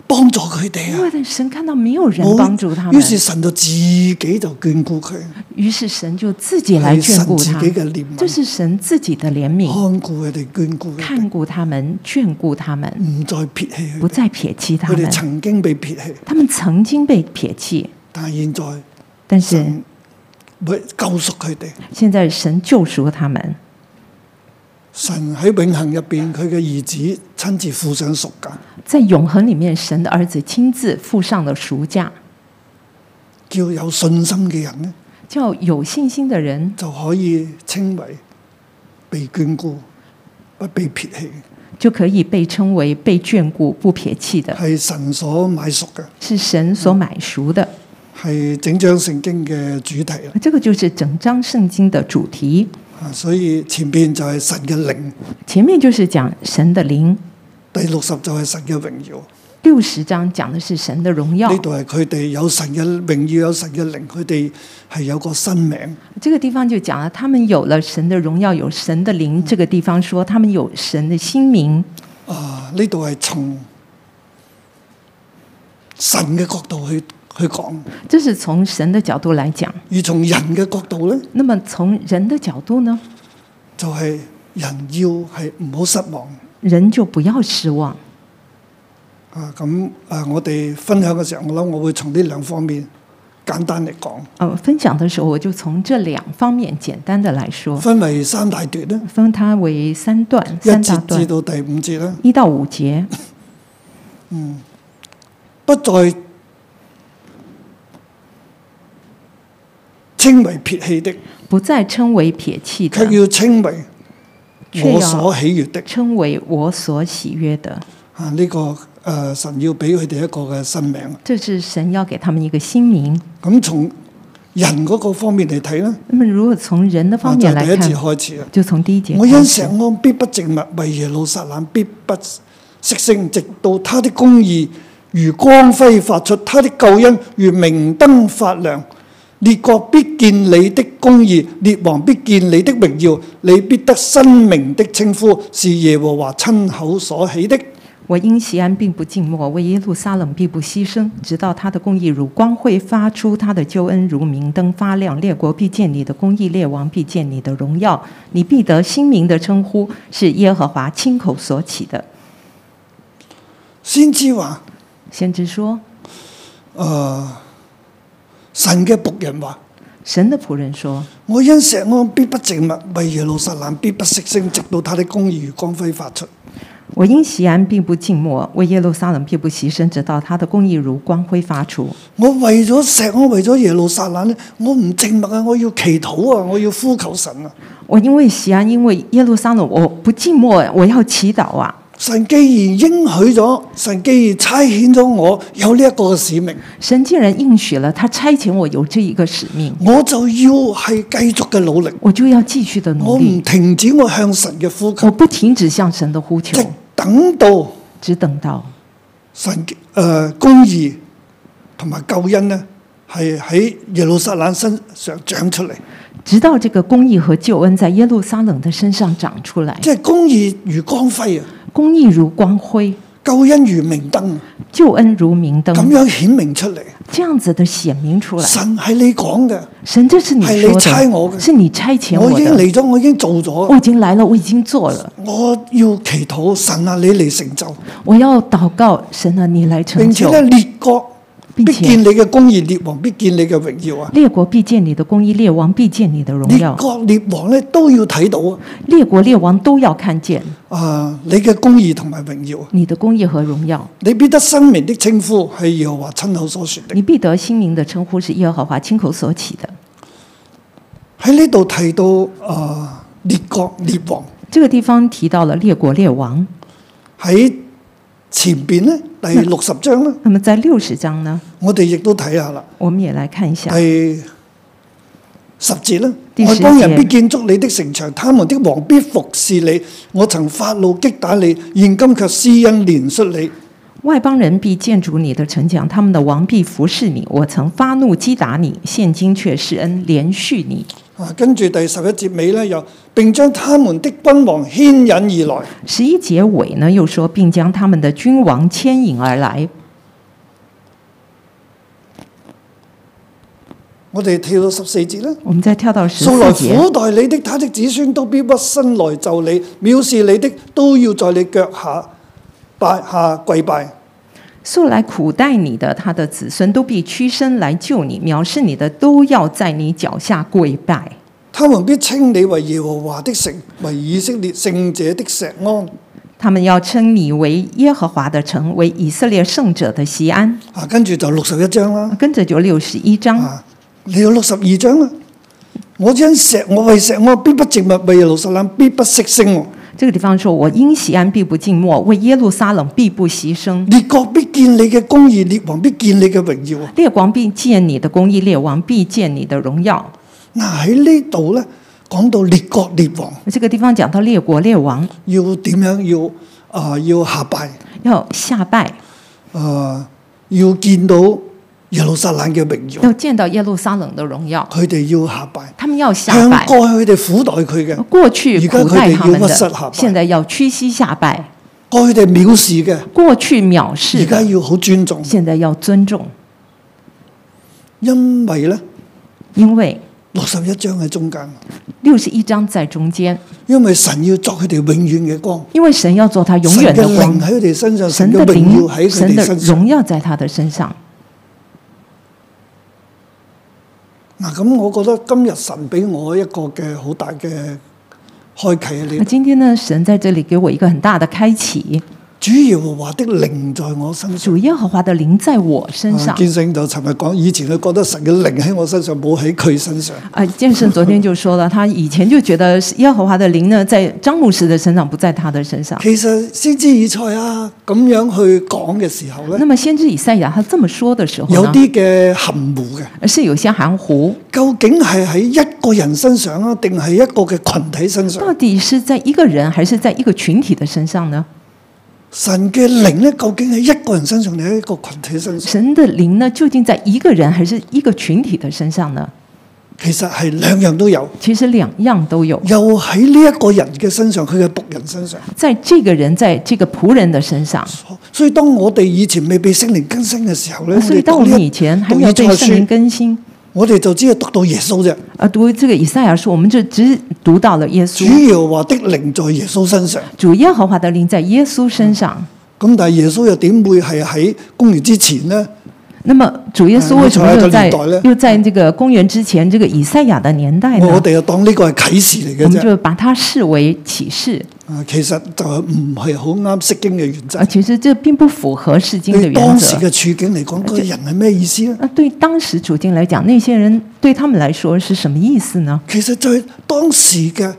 [SPEAKER 2] 幫助佢哋
[SPEAKER 3] 因
[SPEAKER 2] 啊，
[SPEAKER 3] 为神看到没有人帮助他
[SPEAKER 2] 冇，
[SPEAKER 3] 们
[SPEAKER 2] 於，是神就自己就眷顧佢，
[SPEAKER 3] 于是神就自己来
[SPEAKER 2] 係
[SPEAKER 3] 眷
[SPEAKER 2] 神
[SPEAKER 3] 顾
[SPEAKER 2] 自
[SPEAKER 3] 他
[SPEAKER 2] 己。嘅憐憫，
[SPEAKER 3] 这
[SPEAKER 2] 看
[SPEAKER 3] 是神自己的怜悯，
[SPEAKER 2] 顧佢哋，眷顧佢
[SPEAKER 3] 看
[SPEAKER 2] 哋，
[SPEAKER 3] 顾他们，眷顾他们，
[SPEAKER 2] 唔再撇棄
[SPEAKER 3] 不
[SPEAKER 2] 佢哋。
[SPEAKER 3] 再撇弃他
[SPEAKER 2] 佢
[SPEAKER 3] 们
[SPEAKER 2] 哋。曾經被撇棄，
[SPEAKER 3] 他们曾经被撇弃，
[SPEAKER 2] 但係現在
[SPEAKER 3] 但是
[SPEAKER 2] 神會救贖佢哋。
[SPEAKER 3] 现在神救赎他们。
[SPEAKER 2] 神喺永恆入邊，佢嘅兒子親自付上贖價，
[SPEAKER 3] 在永恒里面，神的儿子亲自付上了赎价，
[SPEAKER 2] 叫有信心嘅人咧
[SPEAKER 3] 叫有信心的人
[SPEAKER 2] 就可以稱為被眷顧、不被撇棄，
[SPEAKER 3] 就可以被称为被眷顾、不撇弃的，
[SPEAKER 2] 係神所買贖嘅，
[SPEAKER 3] 是神所买赎的。
[SPEAKER 2] 係整章聖經嘅主題啦。
[SPEAKER 3] 这个就是整章圣经的主题。
[SPEAKER 2] 啊所以前邊就係神嘅靈，
[SPEAKER 3] 前面就是讲神的灵，
[SPEAKER 2] 第六十就係神嘅榮耀。
[SPEAKER 3] 六十章讲的是神的荣耀
[SPEAKER 2] 呢。度係佢哋有神嘅榮耀，有神嘅靈，佢哋係有個新名，
[SPEAKER 3] 这个地方就讲了，他们有了神的荣耀，有神的灵。这个地方说他们有神的心名，
[SPEAKER 2] 啊！呢度係從神嘅角度去去講，
[SPEAKER 3] 这是从神的角度来讲。
[SPEAKER 2] 而從人嘅角度咧，
[SPEAKER 3] 那么从人的角度呢，
[SPEAKER 2] 就係、人要係唔好失望
[SPEAKER 3] 人就不要失望。
[SPEAKER 2] 啊！咁啊，我哋分享嘅時候，我諗我會從呢兩方面簡單嚟講，
[SPEAKER 3] 呃，分享的时候我就从這兩方面簡單的來說，
[SPEAKER 2] 分為三大段咧，
[SPEAKER 3] 分它為三段，
[SPEAKER 2] 一
[SPEAKER 3] 三大
[SPEAKER 2] 節至到
[SPEAKER 3] 段，
[SPEAKER 2] 第五節啦，
[SPEAKER 3] 一到五節，
[SPEAKER 2] 不再稱為撇棄的，
[SPEAKER 3] 不再稱為撇棄
[SPEAKER 2] 卻
[SPEAKER 3] 的，
[SPEAKER 2] 要稱為
[SPEAKER 3] 卻
[SPEAKER 2] 我
[SPEAKER 3] 要
[SPEAKER 2] 所喜悅的
[SPEAKER 3] 稱為我所喜悦的。
[SPEAKER 2] 啊！呢、個誒、呃神要俾佢哋一個嘅新名。
[SPEAKER 3] 這是神要給他們一個新名。
[SPEAKER 2] 咁從人嗰個方面嚟睇咧，
[SPEAKER 3] 那麼如果從人的
[SPEAKER 2] 啊
[SPEAKER 3] 方
[SPEAKER 2] 就
[SPEAKER 3] 面
[SPEAKER 2] 係
[SPEAKER 3] 來
[SPEAKER 2] 第一節
[SPEAKER 3] 看，
[SPEAKER 2] 開始啦。
[SPEAKER 3] 就從第一節
[SPEAKER 2] 我因
[SPEAKER 3] 開始
[SPEAKER 2] 錫安必不靜默，為耶路撒冷必不息聲，直到他的公義如光輝發出，他的救恩如明燈發亮。列國必見你的公義，列王必見你的榮耀，你必得新名的稱呼，是耶和華親口所起的。
[SPEAKER 3] 我因西安并不静默，为耶路撒冷必不牺牲，直到他的公义如光会发出，他的救恩如明灯发亮。列国必见你的公义，列王必见你的荣耀。你必得新名的称呼，是耶和华亲口所起的。
[SPEAKER 2] 先知話：
[SPEAKER 3] 先知说
[SPEAKER 2] 誒、呃神嘅仆人話：：“
[SPEAKER 3] 神的仆人说，
[SPEAKER 2] 我因石安必不靜默，為耶路撒冷必不息聲，直到他的公義如光輝發出。
[SPEAKER 3] 我因西安并不静默，为耶路撒冷并不牺牲，直到他的公义如光辉发出。
[SPEAKER 2] 我為咗石安，為咗耶路撒冷咧，我唔靜默啊！我要祈禱啊！我要呼求神啊！
[SPEAKER 3] 我因为西安，因为耶路撒冷，我不静默，我要祈祷啊！
[SPEAKER 2] 神既然應許咗，神既然差遣咗我有呢一個使命，
[SPEAKER 3] 神既然应许了，他差遣我有这一个使命，
[SPEAKER 2] 我就要係繼續嘅努力，
[SPEAKER 3] 我就要继续的努
[SPEAKER 2] 我唔
[SPEAKER 3] 力，
[SPEAKER 2] 停止我向神嘅呼求
[SPEAKER 3] 我，不停止向神的呼求
[SPEAKER 2] 直，等到
[SPEAKER 3] 只等到
[SPEAKER 2] 神誒、呃公義同埋救恩咧，係喺耶路撒冷身上長出嚟。
[SPEAKER 3] 直到这个公义和救恩在耶路撒冷的身上长出来，
[SPEAKER 2] 即係公義如光輝啊，
[SPEAKER 3] 公义如光辉，
[SPEAKER 2] 救恩如明燈啊，
[SPEAKER 3] 救恩如明
[SPEAKER 2] 咁
[SPEAKER 3] 灯，
[SPEAKER 2] 樣顯明出嚟。
[SPEAKER 3] 这样子的显明出来。
[SPEAKER 2] 神係你講嘅，
[SPEAKER 3] 神，这是你
[SPEAKER 2] 是你
[SPEAKER 3] 说的，
[SPEAKER 2] 差我的
[SPEAKER 3] 是你差遣
[SPEAKER 2] 我
[SPEAKER 3] 我
[SPEAKER 2] 已經
[SPEAKER 3] 的。
[SPEAKER 2] 嚟咗，我已經做咗
[SPEAKER 3] 我，已经来了，我已经做了，
[SPEAKER 2] 我要祈禱神啊，你嚟成就。
[SPEAKER 3] 我要祷告神啊，你来成
[SPEAKER 2] 並且
[SPEAKER 3] 就。
[SPEAKER 2] 咧，列國必
[SPEAKER 3] 並且
[SPEAKER 2] 見你嘅公義，列王必見你嘅榮耀啊！
[SPEAKER 3] 列国必见你的公义，列王必见你的荣
[SPEAKER 2] 列
[SPEAKER 3] 耀，
[SPEAKER 2] 國列王咧都要睇到啊！
[SPEAKER 3] 列国列王都要看见
[SPEAKER 2] 啊，你嘅公義同埋榮耀啊！
[SPEAKER 3] 你的公义和荣耀。
[SPEAKER 2] 你必得生命的稱呼係耶和華親口所說的。
[SPEAKER 3] 你必得新名的称呼是耶和华亲口所起的。
[SPEAKER 2] 喺呢度提到啊、列國列王
[SPEAKER 3] 这个地方提到了列国列王，
[SPEAKER 2] 喺前邊咧，第六十章咧，
[SPEAKER 3] 那么在六十章呢，
[SPEAKER 2] 我哋亦都睇下啦。
[SPEAKER 3] 我们也来看一下
[SPEAKER 2] 第十節啦，
[SPEAKER 3] 第十
[SPEAKER 2] 外
[SPEAKER 3] 節
[SPEAKER 2] 邦人必建築你的城牆，他們的王必服侍你。我曾發怒擊打你，現今卻施恩憐恤你。
[SPEAKER 3] 外邦人必建筑你的城墙，他们的王必服侍你。我曾发怒击打你，现今却施恩连续你。
[SPEAKER 2] 啊，跟住第十一節尾咧，又並將他們的君王牽引而來。
[SPEAKER 3] 十一节尾呢，又说，并将他们的君王牵引而来。
[SPEAKER 2] 我哋跳到十四節啦。
[SPEAKER 3] 我们再跳到十
[SPEAKER 2] 素來
[SPEAKER 3] 四节，
[SPEAKER 2] 苦待你的，他的子孫都必屈身來就你；藐視你的，都要在你腳下拜下跪拜。
[SPEAKER 3] 素来苦待你的，他的子孙都必屈身来救你；藐视你的，都要在你脚下跪拜。
[SPEAKER 2] 他們必稱你為耶和華的城，為以色列聖者的石安。
[SPEAKER 3] 他们要称你为耶和华的城，为以色列圣者的西安。
[SPEAKER 2] 啊，跟住就六十一章啦。
[SPEAKER 3] 啊跟着就六十一章，
[SPEAKER 2] 啊，嚟到六十二章啦。我因石，我為石安必不靜默，為耶路撒冷必不息聲喎。
[SPEAKER 3] 这个地方说：“我因西安必不静默，为耶路撒冷必不牺牲。
[SPEAKER 2] 列國必見你嘅公義，列王必見你嘅榮耀啊！
[SPEAKER 3] 列王必见你的公义，列王必见你的荣耀。
[SPEAKER 2] 嗱喺呢度咧，講到列國列王”
[SPEAKER 3] 这个地方讲到列国列王
[SPEAKER 2] 要點樣要啊、要下拜。
[SPEAKER 3] 要下拜，
[SPEAKER 2] 誒、要見到耶路撒冷嘅榮耀，
[SPEAKER 3] 要见到耶路撒冷的荣耀，
[SPEAKER 2] 佢哋要下拜，
[SPEAKER 3] 他们要下
[SPEAKER 2] 向
[SPEAKER 3] 拜。
[SPEAKER 2] 過去佢哋苦待佢嘅，
[SPEAKER 3] 过去苦待他们
[SPEAKER 2] 而家佢哋要屈膝下拜
[SPEAKER 3] 的，现在要屈膝下拜；
[SPEAKER 2] 過去佢哋藐視嘅，
[SPEAKER 3] 过去藐
[SPEAKER 2] 而
[SPEAKER 3] 视
[SPEAKER 2] 家
[SPEAKER 3] 的，
[SPEAKER 2] 要好尊重，
[SPEAKER 3] 现在要尊重。
[SPEAKER 2] 因為咧
[SPEAKER 3] 因为
[SPEAKER 2] 六十一章喺中間，
[SPEAKER 3] 六十一章在中间，
[SPEAKER 2] 因為神要作佢哋永遠嘅光，
[SPEAKER 3] 因为神要做他永
[SPEAKER 2] 神
[SPEAKER 3] 远
[SPEAKER 2] 嘅
[SPEAKER 3] 的
[SPEAKER 2] 靈
[SPEAKER 3] 光，
[SPEAKER 2] 喺佢哋身上，
[SPEAKER 3] 神
[SPEAKER 2] 神嘅
[SPEAKER 3] 的
[SPEAKER 2] 榮耀喺
[SPEAKER 3] 灵、
[SPEAKER 2] 佢
[SPEAKER 3] 神
[SPEAKER 2] 哋
[SPEAKER 3] 的
[SPEAKER 2] 身上。
[SPEAKER 3] 荣耀在他的身上。
[SPEAKER 2] 嗱，咁我覺得今日神俾我一個嘅好大嘅開啟啊！
[SPEAKER 3] 那
[SPEAKER 2] 你
[SPEAKER 3] 今天呢，神在这里给我一个很大的开启，
[SPEAKER 2] 主耶和華的靈在我身上。
[SPEAKER 3] 主耶和华的灵在我身
[SPEAKER 2] 啊
[SPEAKER 3] 上。
[SPEAKER 2] 建聖就尋日講，以前佢覺得神嘅靈喺我身上，冇喺佢身上。
[SPEAKER 3] 啊，建圣昨天就说了，他以前就觉得耶和华的灵呢，在张牧师的身上，不在他的
[SPEAKER 2] *laughs*
[SPEAKER 3] 身上。
[SPEAKER 2] 其實先知以賽啊咁樣去講嘅時候
[SPEAKER 3] 那
[SPEAKER 2] 咧，
[SPEAKER 3] 么先知以赛亚他这么说的时候
[SPEAKER 2] 有
[SPEAKER 3] 呢，
[SPEAKER 2] 啲嘅含糊嘅，
[SPEAKER 3] 是有些含糊，
[SPEAKER 2] 究竟係喺一個人身上啊，定係一個嘅群體身
[SPEAKER 3] 到
[SPEAKER 2] 上？
[SPEAKER 3] 底是在一个人还是在一个群体的身上呢？
[SPEAKER 2] 神嘅靈咧，究竟喺一個人身上定喺一個群體身上？
[SPEAKER 3] 神的灵呢，究竟在一个人还是一个群体的身上呢？
[SPEAKER 2] 其實係兩樣都有，
[SPEAKER 3] 其實两样都有，
[SPEAKER 2] 又喺呢一個人嘅身上，佢嘅仆人身上。
[SPEAKER 3] 在这个人在这个仆人的身上。
[SPEAKER 2] 所以當我哋以前未被聖靈更新嘅時候咧，我
[SPEAKER 3] 啊所以
[SPEAKER 2] 哋
[SPEAKER 3] 到我
[SPEAKER 2] 讀呢
[SPEAKER 3] 们以
[SPEAKER 2] 一
[SPEAKER 3] 前还
[SPEAKER 2] 讀
[SPEAKER 3] 没有
[SPEAKER 2] 以
[SPEAKER 3] 被
[SPEAKER 2] 賽
[SPEAKER 3] 圣灵
[SPEAKER 2] 書，
[SPEAKER 3] 更新，
[SPEAKER 2] 我哋就只係讀到耶穌啫。
[SPEAKER 3] 啊，读这个以赛亚书，我们就只读到了耶
[SPEAKER 2] 主
[SPEAKER 3] 稣，
[SPEAKER 2] 耶和華的靈在耶穌身上。
[SPEAKER 3] 主耶和华的灵在耶稣身上。
[SPEAKER 2] 咁但係耶穌又點會係喺公元之前呢？
[SPEAKER 3] 那么主耶稣为什么又在
[SPEAKER 2] 嗯我才在这个年代呢
[SPEAKER 3] 又在这个公元之前这个以赛亚的年代呢？
[SPEAKER 2] 我哋又當呢個係啟示嚟
[SPEAKER 3] 我
[SPEAKER 2] 嘅
[SPEAKER 3] 们
[SPEAKER 2] 啫。
[SPEAKER 3] 就把它视为启示，
[SPEAKER 2] 啊，其實就唔係好啱釋經嘅原則
[SPEAKER 3] 啊，。其实這並不符合聖經的
[SPEAKER 2] 對當
[SPEAKER 3] 原啊
[SPEAKER 2] 時嘅
[SPEAKER 3] 則。
[SPEAKER 2] 處境嚟講，嗰個人係咩意思呢？
[SPEAKER 3] 那對當時處境來講，那些人對他們來說是什麼意思呢？
[SPEAKER 2] 其實就係當時嘅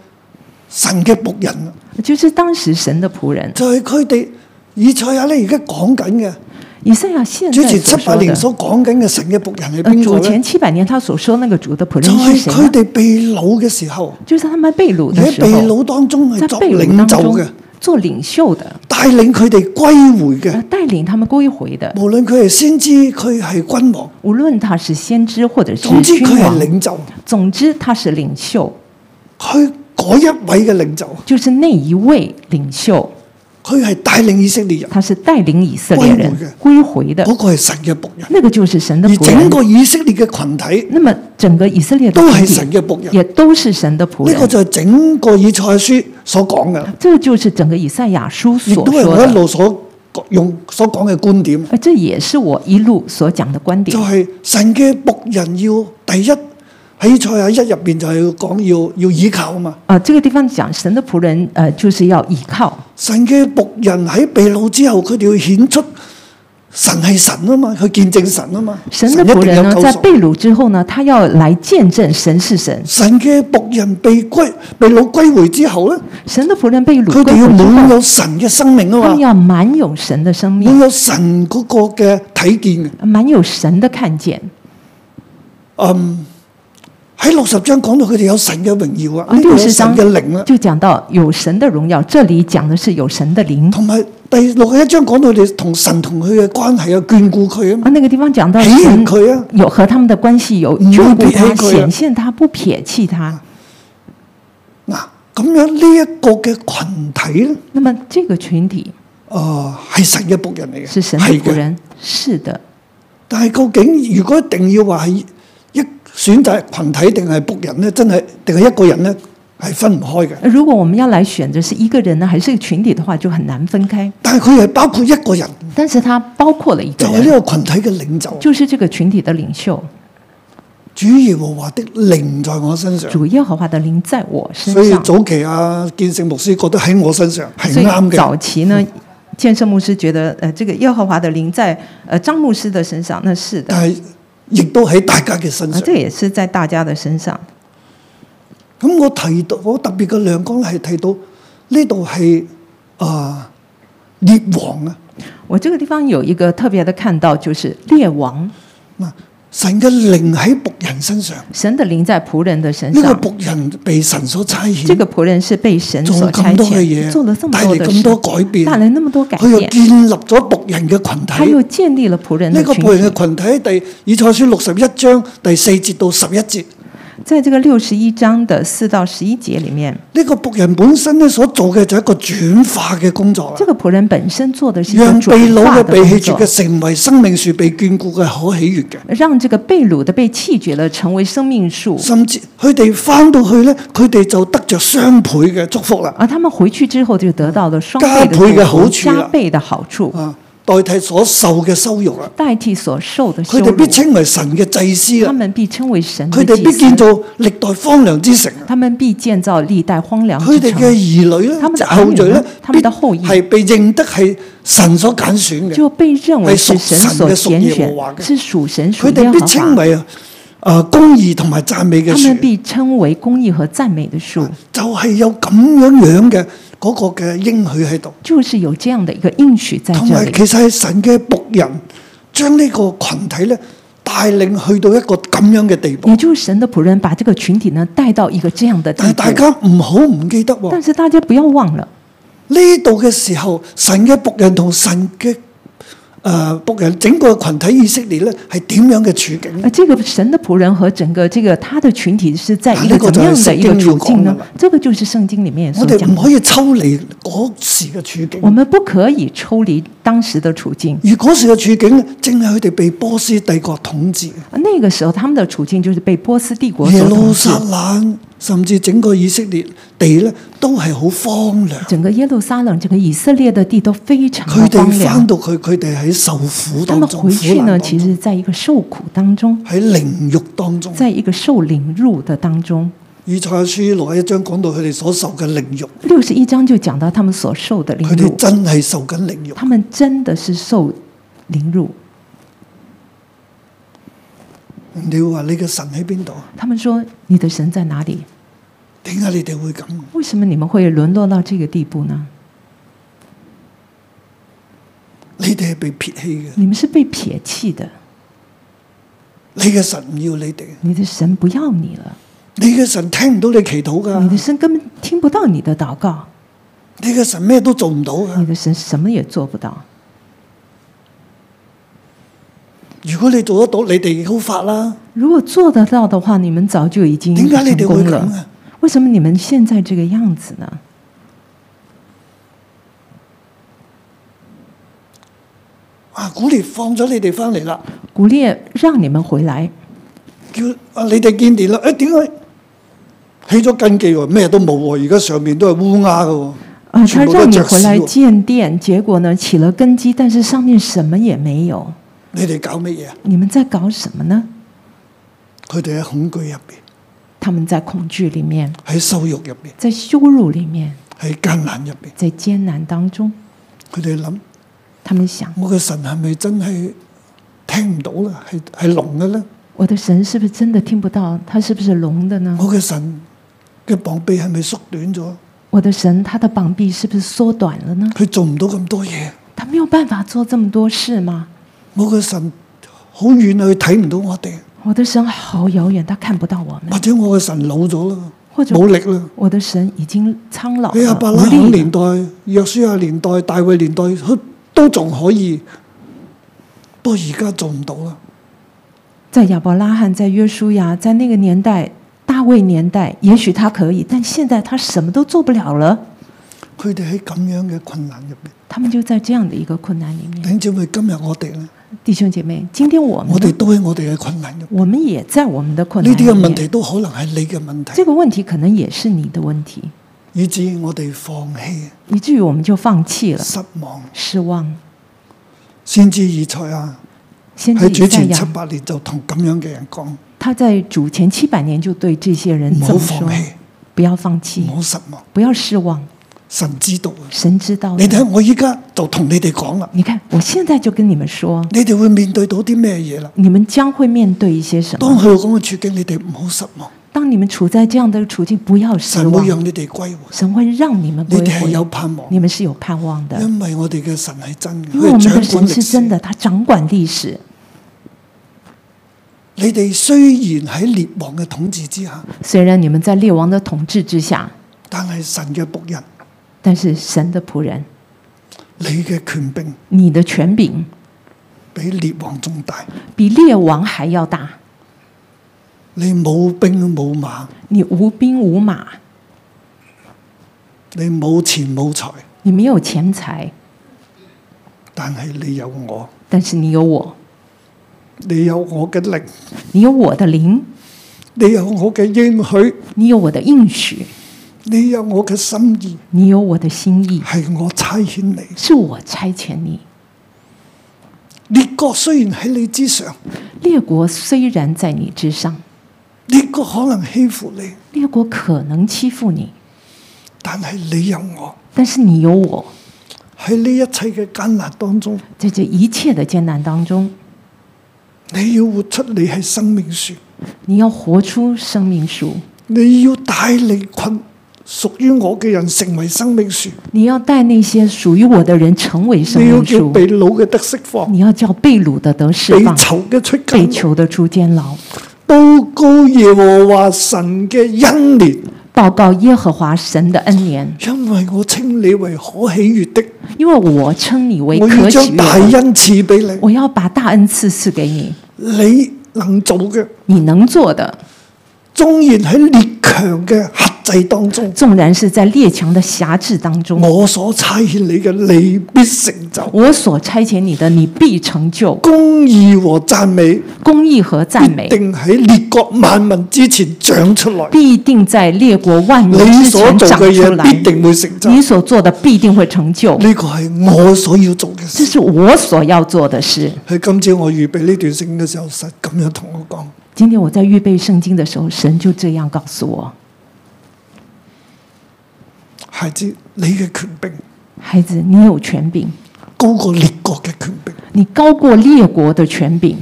[SPEAKER 2] 神嘅仆人，
[SPEAKER 3] 就是當時神的僕人
[SPEAKER 2] 就係佢哋以賽亞咧而家講緊嘅，
[SPEAKER 3] 以賽亞現
[SPEAKER 2] 主
[SPEAKER 3] 在
[SPEAKER 2] 前
[SPEAKER 3] 所
[SPEAKER 2] 七
[SPEAKER 3] 說
[SPEAKER 2] 百年
[SPEAKER 3] 的，
[SPEAKER 2] 所講緊嘅神嘅仆人係
[SPEAKER 3] 呃，
[SPEAKER 2] 邊
[SPEAKER 3] 主
[SPEAKER 2] 個咧
[SPEAKER 3] 前？七百年他所說那個主的僕
[SPEAKER 2] 就
[SPEAKER 3] 人
[SPEAKER 2] 係
[SPEAKER 3] 是誰
[SPEAKER 2] 佢
[SPEAKER 3] 呢？
[SPEAKER 2] 哋被掳嘅時候，
[SPEAKER 3] 就是他們被擄
[SPEAKER 2] 而
[SPEAKER 3] 的
[SPEAKER 2] 喺
[SPEAKER 3] 時
[SPEAKER 2] 被
[SPEAKER 3] 候，
[SPEAKER 2] 掳當中
[SPEAKER 3] 在
[SPEAKER 2] 係作
[SPEAKER 3] 被擄當
[SPEAKER 2] 領袖
[SPEAKER 3] 中
[SPEAKER 2] 嘅，
[SPEAKER 3] 做領袖的，
[SPEAKER 2] 帶領佢哋歸回嘅
[SPEAKER 3] 呃。帶領他們歸回的。
[SPEAKER 2] 無論佢係先知，佢係君王，
[SPEAKER 3] 無論他是先知或者
[SPEAKER 2] 總
[SPEAKER 3] 是
[SPEAKER 2] 之
[SPEAKER 3] 君
[SPEAKER 2] 佢係
[SPEAKER 3] 王，
[SPEAKER 2] 領袖。
[SPEAKER 3] 總之他是領袖，
[SPEAKER 2] 佢嗰一位嘅領袖，
[SPEAKER 3] 就是那一位領袖，
[SPEAKER 2] 佢係帶領以色列人，
[SPEAKER 3] 他是帶領以色列人歸回的
[SPEAKER 2] 嗰、。個係神嘅仆人。
[SPEAKER 3] 那個就是神的
[SPEAKER 2] 哦而
[SPEAKER 3] 仆人
[SPEAKER 2] 整。個以色列嘅群體
[SPEAKER 3] 那麼整個以色列的
[SPEAKER 2] 都係
[SPEAKER 3] 群體
[SPEAKER 2] 神嘅仆人。
[SPEAKER 3] 也都是神的仆
[SPEAKER 2] 呢個
[SPEAKER 3] 人。
[SPEAKER 2] 就係整個以賽書所講嘅，
[SPEAKER 3] 這就是整個以賽亞書
[SPEAKER 2] 亦
[SPEAKER 3] 所
[SPEAKER 2] 都係
[SPEAKER 3] 說
[SPEAKER 2] 我一
[SPEAKER 3] 的，
[SPEAKER 2] 路所用所講嘅觀點，
[SPEAKER 3] 而這也是我一路所講的觀點
[SPEAKER 2] 就。係神嘅僕人要第一喺以賽亞一入邊就係要講要要倚靠啊嘛。
[SPEAKER 3] 啊、這個地方講神的僕人，呃，就是要倚靠。
[SPEAKER 2] 神嘅仆人喺被擄之後，佢哋要顯出神係神啊嘛，去見證神啊嘛。
[SPEAKER 3] 神的
[SPEAKER 2] 一
[SPEAKER 3] 僕
[SPEAKER 2] 定
[SPEAKER 3] 人
[SPEAKER 2] 有
[SPEAKER 3] 呢，
[SPEAKER 2] 救
[SPEAKER 3] 在
[SPEAKER 2] 贖。
[SPEAKER 3] 被擄之後呢，他要來見證神是神。
[SPEAKER 2] 神嘅仆人被歸被擄歸回之後咧，
[SPEAKER 3] 神的仆人被擄
[SPEAKER 2] 佢
[SPEAKER 3] 歸
[SPEAKER 2] 哋要
[SPEAKER 3] 回之
[SPEAKER 2] 滿
[SPEAKER 3] 後，
[SPEAKER 2] 有神嘅生命
[SPEAKER 3] 他
[SPEAKER 2] 啊
[SPEAKER 3] 們
[SPEAKER 2] 嘛，
[SPEAKER 3] 要滿有神的生
[SPEAKER 2] 滿
[SPEAKER 3] 命，
[SPEAKER 2] 有神嗰個嘅睇見嘅。
[SPEAKER 3] 滿有神的看見。
[SPEAKER 2] 嗯，喺六十章講到佢哋有神嘅榮耀啊，
[SPEAKER 3] 啊，
[SPEAKER 2] 呢度有
[SPEAKER 3] 六十
[SPEAKER 2] 神啊
[SPEAKER 3] 章
[SPEAKER 2] 嘅靈啦，
[SPEAKER 3] 就講到有神的榮耀，這裡講的是有神的靈。
[SPEAKER 2] 同埋第六十一章講到佢哋同神同佢嘅關係啊，眷顧佢啊嘛，
[SPEAKER 3] 啊，那個地方講到
[SPEAKER 2] 喜悦
[SPEAKER 3] 神
[SPEAKER 2] 佢啊，
[SPEAKER 3] 有和他們的關係有
[SPEAKER 2] 唔會
[SPEAKER 3] 眷顧
[SPEAKER 2] 撇棄
[SPEAKER 3] 他，
[SPEAKER 2] 佢啊
[SPEAKER 3] 顯現他不撇棄他。
[SPEAKER 2] 嗱
[SPEAKER 3] 啊
[SPEAKER 2] 咁樣呢一個嘅群體咧，
[SPEAKER 3] 那麼這個群體
[SPEAKER 2] 啊係神嘅仆人嚟嘅，
[SPEAKER 3] 是神的僕
[SPEAKER 2] 嘅。
[SPEAKER 3] 人，是的。
[SPEAKER 2] 但係究竟如果一定要話係一選擇群體定係仆人咧，真係定係一個人咧，係分唔開嘅。
[SPEAKER 3] 如果我們要來選擇是一個人呢，還是一個群體的話，就很難分開。
[SPEAKER 2] 但係佢係包括一個人，
[SPEAKER 3] 但是它包括了一
[SPEAKER 2] 就
[SPEAKER 3] 個
[SPEAKER 2] 係
[SPEAKER 3] 人，
[SPEAKER 2] 呢個群體嘅領袖。
[SPEAKER 3] 就是這個群體的領袖。
[SPEAKER 2] 主耶和華的靈在我身上。
[SPEAKER 3] 主耶和華的靈在我身
[SPEAKER 2] 所以
[SPEAKER 3] 上，
[SPEAKER 2] 早期啊，建聖牧師覺得喺我身上係
[SPEAKER 3] 所
[SPEAKER 2] 啱
[SPEAKER 3] 以
[SPEAKER 2] 嘅，
[SPEAKER 3] 早期呢，建設牧師覺得，呃，這個耶和華的靈在呃張牧師的身上，那是的，啊、
[SPEAKER 2] 但係亦都喺大家嘅身上。
[SPEAKER 3] 這也是在大家的身上。
[SPEAKER 2] 咁我提到我特別嘅亮光係提到呢度係啊列王啊，
[SPEAKER 3] 我這個地方有一個特別的看到，就是列王，
[SPEAKER 2] 嗱啊神嘅靈喺仆人身上，呢、
[SPEAKER 3] 神的靈在僕人的身
[SPEAKER 2] 個
[SPEAKER 3] 上。
[SPEAKER 2] 仆人被神所差
[SPEAKER 3] 這
[SPEAKER 2] 遣，
[SPEAKER 3] 個僕人是被神
[SPEAKER 2] 做
[SPEAKER 3] 所差
[SPEAKER 2] 咁多嘅
[SPEAKER 3] 遣，做了這
[SPEAKER 2] 嘢，
[SPEAKER 3] 麼
[SPEAKER 2] 帶
[SPEAKER 3] 多
[SPEAKER 2] 嚟
[SPEAKER 3] 的
[SPEAKER 2] 咁
[SPEAKER 3] 事，
[SPEAKER 2] 多改變，
[SPEAKER 3] 帶來那麼多改
[SPEAKER 2] 佢又
[SPEAKER 3] 變，
[SPEAKER 2] 建立咗仆人嘅群
[SPEAKER 3] 他
[SPEAKER 2] 體。
[SPEAKER 3] 又建立了僕人
[SPEAKER 2] 呢
[SPEAKER 3] 的
[SPEAKER 2] 個
[SPEAKER 3] 群
[SPEAKER 2] 仆人
[SPEAKER 3] 體。
[SPEAKER 2] 嘅群體喺第以賽書六十一章第四節到十一節。
[SPEAKER 3] 在這個六十一章的四到十一節裡面，
[SPEAKER 2] 呢個仆人本身咧所做嘅就係一個轉化嘅工作啦
[SPEAKER 3] 這，個僕人本身做的是一個
[SPEAKER 2] 讓被
[SPEAKER 3] 轉
[SPEAKER 2] 擄
[SPEAKER 3] 化
[SPEAKER 2] 嘅
[SPEAKER 3] 的
[SPEAKER 2] 被
[SPEAKER 3] 工
[SPEAKER 2] 棄絕
[SPEAKER 3] 作，
[SPEAKER 2] 嘅成為生命樹被眷顧嘅可喜悅嘅，
[SPEAKER 3] 讓這個被擄的被棄絕了，成為生命樹。
[SPEAKER 2] 甚至佢哋翻到去咧，佢哋就得着雙倍嘅祝福啦，
[SPEAKER 3] 而他們回去之後就得到了雙倍的
[SPEAKER 2] 加倍嘅
[SPEAKER 3] 祝福
[SPEAKER 2] 好啊處啦
[SPEAKER 3] 加倍的好處，
[SPEAKER 2] 啊，代替所受嘅羞辱啦，
[SPEAKER 3] 代替所受的羞
[SPEAKER 2] 佢哋
[SPEAKER 3] 辱
[SPEAKER 2] 必。稱為神嘅祭司
[SPEAKER 3] 他
[SPEAKER 2] 啦，
[SPEAKER 3] 們必稱為神
[SPEAKER 2] 佢
[SPEAKER 3] 的
[SPEAKER 2] 哋
[SPEAKER 3] 祭
[SPEAKER 2] 必建
[SPEAKER 3] 司，
[SPEAKER 2] 造歷代荒涼之城啊，
[SPEAKER 3] 他們必建造歷代荒涼
[SPEAKER 2] 佢
[SPEAKER 3] 之
[SPEAKER 2] 哋嘅
[SPEAKER 3] 城，
[SPEAKER 2] 兒女咧、
[SPEAKER 3] 他們的
[SPEAKER 2] 後裔咧，必
[SPEAKER 3] 他們的後裔
[SPEAKER 2] 係被認得係神所揀選嘅，
[SPEAKER 3] 就被認為是神所
[SPEAKER 2] 係屬神
[SPEAKER 3] 揀
[SPEAKER 2] 嘅屬耶和華
[SPEAKER 3] 選，
[SPEAKER 2] 嘅
[SPEAKER 3] 是屬神屬
[SPEAKER 2] 佢哋
[SPEAKER 3] 耶
[SPEAKER 2] 必
[SPEAKER 3] 和
[SPEAKER 2] 稱
[SPEAKER 3] 華。
[SPEAKER 2] 為啊公義同埋讚美嘅
[SPEAKER 3] 他
[SPEAKER 2] 樹
[SPEAKER 3] 們。必稱為公義和讚美的樹，
[SPEAKER 2] 就係有咁樣樣嘅嗰個嘅應許喺度，
[SPEAKER 3] 就是有這樣的一個應許在這
[SPEAKER 2] 同埋
[SPEAKER 3] 裡。
[SPEAKER 2] 其實係神嘅仆人將呢個群體咧帶領去到一個咁樣嘅地步。
[SPEAKER 3] 也就是神的仆人把這個群體呢帶到一個這樣的
[SPEAKER 2] 但係
[SPEAKER 3] 地步。
[SPEAKER 2] 啊大家唔好唔記得喎，
[SPEAKER 3] 但是大家不要忘了，
[SPEAKER 2] 呢度嘅時候，神嘅仆人同神嘅誒仆人整個群體以色列咧係點樣嘅處境？
[SPEAKER 3] 呃，這個神的僕人和整個這個他的群體是在一個
[SPEAKER 2] 啊呢個
[SPEAKER 3] 怎
[SPEAKER 2] 就
[SPEAKER 3] 麼
[SPEAKER 2] 係
[SPEAKER 3] 樣的一個
[SPEAKER 2] 聖經要
[SPEAKER 3] 處境呢
[SPEAKER 2] 講嘅啦？
[SPEAKER 3] 這個就是聖經裡面所
[SPEAKER 2] 我哋
[SPEAKER 3] 講
[SPEAKER 2] 唔
[SPEAKER 3] 的。
[SPEAKER 2] 可以抽離嗰時嘅處境
[SPEAKER 3] 我，們不可以抽離當時的處境，
[SPEAKER 2] 而嗰時嘅處境咧，正係佢哋被波斯帝國統治。
[SPEAKER 3] 那個時候他們的處境就是被波斯帝國
[SPEAKER 2] 耶
[SPEAKER 3] 所
[SPEAKER 2] 路
[SPEAKER 3] 統治
[SPEAKER 2] 撒。冷甚至整個以色列地咧都係好荒涼。
[SPEAKER 3] 整个耶路撒冷、整个以色列的地都非常
[SPEAKER 2] 佢哋
[SPEAKER 3] 的荒
[SPEAKER 2] 翻
[SPEAKER 3] 凉。
[SPEAKER 2] 到去，佢哋喺受苦
[SPEAKER 3] 他
[SPEAKER 2] 當
[SPEAKER 3] 们
[SPEAKER 2] 中，苦
[SPEAKER 3] 回去
[SPEAKER 2] 難
[SPEAKER 3] 呢，
[SPEAKER 2] 當
[SPEAKER 3] 其
[SPEAKER 2] 中
[SPEAKER 3] 实在一个受苦当中，
[SPEAKER 2] 喺凌辱當中。
[SPEAKER 3] 在一个受凌辱的当中。
[SPEAKER 2] 以賽亞書六一章講到佢哋所受嘅凌辱，
[SPEAKER 3] 六十一章就讲到他们所受的凌
[SPEAKER 2] 佢哋
[SPEAKER 3] 辱，
[SPEAKER 2] 真係受緊凌辱。
[SPEAKER 3] 他们真的是受凌辱。
[SPEAKER 2] 你會話你嘅神喺邊度？啊
[SPEAKER 3] 他们说：“你的神在哪里？
[SPEAKER 2] 點解你哋會咁？
[SPEAKER 3] 为什么你们会沦落到这个地步呢？
[SPEAKER 2] 你哋係被撇棄嘅，
[SPEAKER 3] 你们是被撇弃的，
[SPEAKER 2] 你嘅神唔要你哋，
[SPEAKER 3] 你的神不要你了，
[SPEAKER 2] 你嘅神聽唔到你祈禱
[SPEAKER 3] 你的
[SPEAKER 2] 㗎，
[SPEAKER 3] 神根本听不到你的祷告，
[SPEAKER 2] 你嘅神咩都做唔到
[SPEAKER 3] 你
[SPEAKER 2] 㗎。
[SPEAKER 3] 的神什么也做不到。
[SPEAKER 2] 如果你做得到，你哋好法啦。
[SPEAKER 3] 如果做得到的话，你们早就已经
[SPEAKER 2] 点解你
[SPEAKER 3] 成
[SPEAKER 2] 哋会
[SPEAKER 3] 功
[SPEAKER 2] 咁啊
[SPEAKER 3] 了。为什么你们现在这个样子呢？
[SPEAKER 2] 啊，古列放咗你哋翻嚟啦，
[SPEAKER 3] 古列让你们回来，
[SPEAKER 2] 叫啊你哋見面啦。诶、點解起咗根基喎？咩都冇喎，而家上面都係烏鴉嘅喎。
[SPEAKER 3] 呃，他
[SPEAKER 2] 全部都
[SPEAKER 3] 让你
[SPEAKER 2] 着
[SPEAKER 3] 回来
[SPEAKER 2] 死喎
[SPEAKER 3] 建殿，结果呢起了根基，但是上面什么也没有。
[SPEAKER 2] 你哋搞乜嘢啊？
[SPEAKER 3] 你们在搞什么呢？
[SPEAKER 2] 佢哋喺恐懼入邊，
[SPEAKER 3] 他们在恐惧里面，
[SPEAKER 2] 喺羞辱入邊，
[SPEAKER 3] 在羞辱里面，
[SPEAKER 2] 喺艱難入邊，
[SPEAKER 3] 在艰难当中，
[SPEAKER 2] 佢哋諗。
[SPEAKER 3] 他们想：
[SPEAKER 2] 我嘅神係咪真係聽唔到啦？係係聾嘅咧？
[SPEAKER 3] 我的神是不是真的听不到？他是不是聋的呢
[SPEAKER 2] 我？嘅神嘅膀臂係咪縮短咗？
[SPEAKER 3] 我的神，他的膀臂是不是缩短了呢？
[SPEAKER 2] 佢做唔到咁多嘢。
[SPEAKER 3] 他没有办法做这么多事吗？
[SPEAKER 2] 我嘅神好遠啊，佢睇唔到我哋，
[SPEAKER 3] 我的神好遥远，他看不到我们
[SPEAKER 2] 或。者我嘅神老咗啦，
[SPEAKER 3] 或者
[SPEAKER 2] 冇力啦。
[SPEAKER 3] 我的神已经苍老
[SPEAKER 2] 喺
[SPEAKER 3] 了
[SPEAKER 2] 阿，哎伯拉
[SPEAKER 3] 无
[SPEAKER 2] 罕
[SPEAKER 3] 力啊
[SPEAKER 2] 年
[SPEAKER 3] 了。
[SPEAKER 2] 代、約書亞年代、大衛年代，佢都仲可以，不過而家做唔到啦。
[SPEAKER 3] 在亚伯拉罕、在约书亚、在那个年代、大卫年代，也许他可以，但现在他什么都做不了了。
[SPEAKER 2] 佢哋喺咁樣嘅困難入邊，
[SPEAKER 3] 他们就在这样的一个困难里
[SPEAKER 2] 弟
[SPEAKER 3] 面。
[SPEAKER 2] 兄姊妹，今日我哋咧，
[SPEAKER 3] 弟兄姐妹，今天我们
[SPEAKER 2] 我
[SPEAKER 3] 呢
[SPEAKER 2] 哋都喺我哋嘅困難入邊。
[SPEAKER 3] 我们也在我们的困
[SPEAKER 2] 呢
[SPEAKER 3] 难里
[SPEAKER 2] 啲嘅問
[SPEAKER 3] 面。
[SPEAKER 2] 題都可能係你嘅問題
[SPEAKER 3] 这。个问题可能也是你的问题，
[SPEAKER 2] 以致我哋放棄、
[SPEAKER 3] 以至于我们就放弃了，
[SPEAKER 2] 失望，
[SPEAKER 3] 失望。
[SPEAKER 2] 先知以賽亞
[SPEAKER 3] 先知
[SPEAKER 2] 喺主
[SPEAKER 3] 以赛
[SPEAKER 2] 前七
[SPEAKER 3] 亚，
[SPEAKER 2] 八年就同咁樣嘅人講：
[SPEAKER 3] 他在主前七百年就对这些人
[SPEAKER 2] 唔
[SPEAKER 3] 这
[SPEAKER 2] 好
[SPEAKER 3] 么说
[SPEAKER 2] 放棄，：
[SPEAKER 3] 不要放弃
[SPEAKER 2] 唔，好失望，
[SPEAKER 3] 不要失望，
[SPEAKER 2] 神知道啊！
[SPEAKER 3] 神知道
[SPEAKER 2] 你
[SPEAKER 3] 的。
[SPEAKER 2] 睇我依家就同你哋講啦，
[SPEAKER 3] 你看，我现在就跟你们说，
[SPEAKER 2] 你哋會面對到啲咩嘢啦？
[SPEAKER 3] 你们将会面对一些什
[SPEAKER 2] 當
[SPEAKER 3] 么。
[SPEAKER 2] 去到咁嘅處境，你哋唔好失望，
[SPEAKER 3] 当你们处在这样的处境，不要失
[SPEAKER 2] 神會
[SPEAKER 3] 望，
[SPEAKER 2] 讓你哋歸回，
[SPEAKER 3] 神会让你们
[SPEAKER 2] 你
[SPEAKER 3] 归
[SPEAKER 2] 哋係有
[SPEAKER 3] 回。
[SPEAKER 2] 盼望
[SPEAKER 3] 你，们是有盼望的，
[SPEAKER 2] 因為我哋嘅神係真嘅，
[SPEAKER 3] 因为我
[SPEAKER 2] 佢係掌
[SPEAKER 3] 们的神
[SPEAKER 2] 管
[SPEAKER 3] 是
[SPEAKER 2] 歷
[SPEAKER 3] 真的，
[SPEAKER 2] 史。
[SPEAKER 3] 他掌管历史。
[SPEAKER 2] 你哋雖然喺列王嘅統治之下，
[SPEAKER 3] 虽然你们在列王的统治之下，
[SPEAKER 2] 但係神嘅仆人，
[SPEAKER 3] 但是神的仆人，
[SPEAKER 2] 你嘅權柄
[SPEAKER 3] 你的权柄
[SPEAKER 2] 比列王仲大，
[SPEAKER 3] 比列王还要大，
[SPEAKER 2] 你冇兵冇馬。
[SPEAKER 3] 你无兵无马，
[SPEAKER 2] 你冇錢冇財，
[SPEAKER 3] 你没有钱财，
[SPEAKER 2] 但係你有我，
[SPEAKER 3] 但是你有我，
[SPEAKER 2] 你有我嘅力，
[SPEAKER 3] 你有我的灵，
[SPEAKER 2] 你有我嘅應許，
[SPEAKER 3] 你有我的应许，
[SPEAKER 2] 你有我嘅心意，
[SPEAKER 3] 你有我的心意，
[SPEAKER 2] 係我差遣你。
[SPEAKER 3] 是我差遣你。
[SPEAKER 2] 列國雖然喺你之上，
[SPEAKER 3] 列国虽然在你之上，
[SPEAKER 2] 列國可能欺負你，
[SPEAKER 3] 列国可能欺负你，
[SPEAKER 2] 但係你有我。
[SPEAKER 3] 但是你有我，
[SPEAKER 2] 喺呢一切嘅艱難當中，
[SPEAKER 3] 在这一切的艰难当中，
[SPEAKER 2] 你要活出你係生命樹，
[SPEAKER 3] 你要活出生命树，
[SPEAKER 2] 你要帶你困屬於我嘅人成為生命樹，
[SPEAKER 3] 你要带那些属于我的人成为生
[SPEAKER 2] 你要
[SPEAKER 3] 命
[SPEAKER 2] 叫
[SPEAKER 3] 树。
[SPEAKER 2] 被擄嘅得釋放，
[SPEAKER 3] 你要叫被掳的得释
[SPEAKER 2] 被
[SPEAKER 3] 放，
[SPEAKER 2] 囚嘅出
[SPEAKER 3] 被
[SPEAKER 2] 監，
[SPEAKER 3] 囚的出监牢，
[SPEAKER 2] 報告耶和華神嘅恩年。
[SPEAKER 3] 报告耶和华神的恩年，
[SPEAKER 2] 因为我称你为可喜悦的，
[SPEAKER 3] 因为我称你为
[SPEAKER 2] 我
[SPEAKER 3] 可
[SPEAKER 2] 要
[SPEAKER 3] 喜
[SPEAKER 2] 将
[SPEAKER 3] 悦
[SPEAKER 2] 大
[SPEAKER 3] 的。
[SPEAKER 2] 恩赐俾你。
[SPEAKER 3] 我要把大恩赐赐给你，
[SPEAKER 2] 你能做嘅，
[SPEAKER 3] 你能做的，
[SPEAKER 2] 纵然喺列强嘅辖制當中，
[SPEAKER 3] 纵然是在列强的辖制当中，
[SPEAKER 2] 我所差遣你嘅，你必成就。
[SPEAKER 3] 我所差遣你的，你必成就。
[SPEAKER 2] 公義和讚美
[SPEAKER 3] 公义和赞
[SPEAKER 2] 必
[SPEAKER 3] 美
[SPEAKER 2] 定喺列國萬民之前長出來，
[SPEAKER 3] 必定在列国万民
[SPEAKER 2] 你
[SPEAKER 3] 之
[SPEAKER 2] 所
[SPEAKER 3] 前
[SPEAKER 2] 做
[SPEAKER 3] 长
[SPEAKER 2] 嘅
[SPEAKER 3] 出
[SPEAKER 2] 嘢必
[SPEAKER 3] 来。
[SPEAKER 2] 定會成就。
[SPEAKER 3] 你
[SPEAKER 2] 呢
[SPEAKER 3] 所做的必定会成就，
[SPEAKER 2] 個係我所要做嘅事。
[SPEAKER 3] 这是我所要做的事。
[SPEAKER 2] 佢今朝我預備呢段聖經嘅時候，實咁樣同我講。
[SPEAKER 3] 今天我在预备圣经的时候，神就这样告诉我：
[SPEAKER 2] 孩子，你嘅權柄
[SPEAKER 3] 孩子，你有权柄，
[SPEAKER 2] 高過列國嘅權柄，
[SPEAKER 3] 你高过列国的权柄，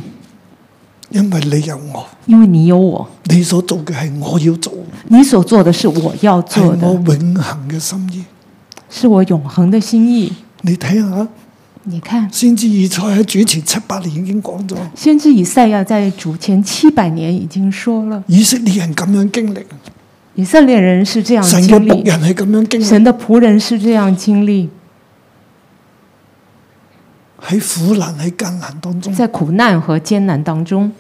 [SPEAKER 2] 因為你有我，
[SPEAKER 3] 因为你有我，
[SPEAKER 2] 你所做嘅係我要做，
[SPEAKER 3] 你所做的是我要
[SPEAKER 2] 係
[SPEAKER 3] 做
[SPEAKER 2] 我
[SPEAKER 3] 的，
[SPEAKER 2] 永恆嘅心意。
[SPEAKER 3] 是我永恒的心意。
[SPEAKER 2] 你睇下，
[SPEAKER 3] 你看，
[SPEAKER 2] 先知以賽喺主前七八年已經講咗，
[SPEAKER 3] 先知以赛亚在主前七百年已經說了，
[SPEAKER 2] 以色列人咁樣經歷，
[SPEAKER 3] 以色列人是这样
[SPEAKER 2] 神嘅
[SPEAKER 3] 经
[SPEAKER 2] 仆
[SPEAKER 3] 历，
[SPEAKER 2] 人係咁樣經歷，
[SPEAKER 3] 神的仆人是这样经历，
[SPEAKER 2] 喺苦難喺艱難當中，
[SPEAKER 3] 在苦難和艰难当中，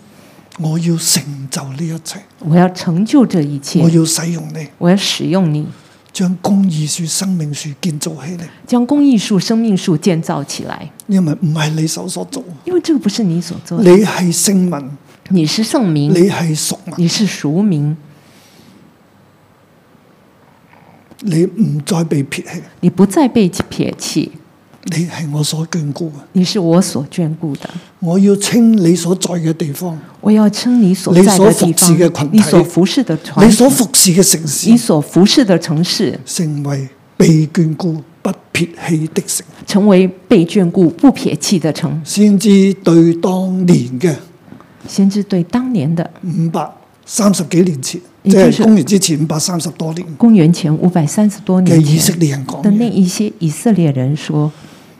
[SPEAKER 2] 我要成就呢一切，
[SPEAKER 3] 我要成就这一切
[SPEAKER 2] 我，要使用你，
[SPEAKER 3] 我要使用你，
[SPEAKER 2] 將公義樹、生命樹建造起嚟，
[SPEAKER 3] 将公益树、生命树建造起来。
[SPEAKER 2] 因為唔係你手所做，
[SPEAKER 3] 因为这个不是你所做
[SPEAKER 2] 你
[SPEAKER 3] 的，
[SPEAKER 2] 係聖民，
[SPEAKER 3] 你是圣
[SPEAKER 2] 你
[SPEAKER 3] 民，
[SPEAKER 2] 係屬民，
[SPEAKER 3] 你是俗民，
[SPEAKER 2] 你唔再被撇棄，
[SPEAKER 3] 你不再被撇弃，
[SPEAKER 2] 你係我所眷顧嘅。
[SPEAKER 3] 你是我所眷顾的。
[SPEAKER 2] 我要稱你所在嘅地方，
[SPEAKER 3] 我要称你所
[SPEAKER 2] 你
[SPEAKER 3] 在
[SPEAKER 2] 所
[SPEAKER 3] 的
[SPEAKER 2] 服
[SPEAKER 3] 地
[SPEAKER 2] 侍嘅
[SPEAKER 3] 方
[SPEAKER 2] 群，体
[SPEAKER 3] 你所服侍的
[SPEAKER 2] 你
[SPEAKER 3] 团体，
[SPEAKER 2] 所服侍嘅城市
[SPEAKER 3] 你，所服侍的城市，
[SPEAKER 2] 成為被眷顧不撇棄的城。
[SPEAKER 3] 成为被眷顾、不撇弃的城。
[SPEAKER 2] 先知對當年嘅
[SPEAKER 3] 先知对当年的
[SPEAKER 2] 五百三十幾年前，
[SPEAKER 3] 也
[SPEAKER 2] 即
[SPEAKER 3] 就是
[SPEAKER 2] 係公元之前五百三十多年
[SPEAKER 3] 公元前五百三十多
[SPEAKER 2] 嘅
[SPEAKER 3] 年
[SPEAKER 2] 以色
[SPEAKER 3] 前
[SPEAKER 2] 列人講
[SPEAKER 3] 的那
[SPEAKER 2] 嘅，
[SPEAKER 3] 一些以色列人说，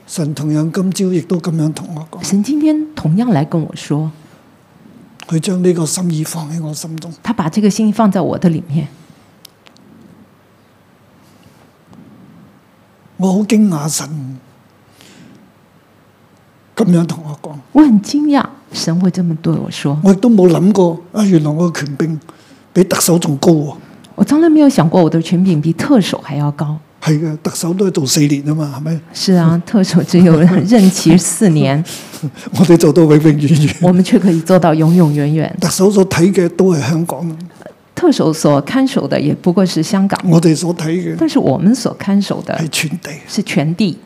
[SPEAKER 2] 神同樣今朝亦都咁樣同我講，
[SPEAKER 3] 神今天同样来跟我说，
[SPEAKER 2] 佢將呢個心意放喺我心中，
[SPEAKER 3] 他把这个心放在我的里面，
[SPEAKER 2] 我好驚訝神咁樣同我講，
[SPEAKER 3] 我很惊讶，神会这么对我说。
[SPEAKER 2] 我亦都冇諗過啊，原來我嘅權柄比特首仲高喎、
[SPEAKER 3] 我从来没有想过我的权柄比特首还要高。
[SPEAKER 2] 係嘅，特首都係做四年啊嘛，係咪？ *laughs*
[SPEAKER 3] 是啊，特首只有任期四年， *laughs*
[SPEAKER 2] 我哋做到永永遠遠。
[SPEAKER 3] 我们却可以做到永永远远。
[SPEAKER 2] 特首所睇嘅都係香港，
[SPEAKER 3] 特首所看守的也不过是香港，
[SPEAKER 2] 我哋所睇嘅
[SPEAKER 3] 但是我们所看守的
[SPEAKER 2] 係全地。
[SPEAKER 3] 是全地。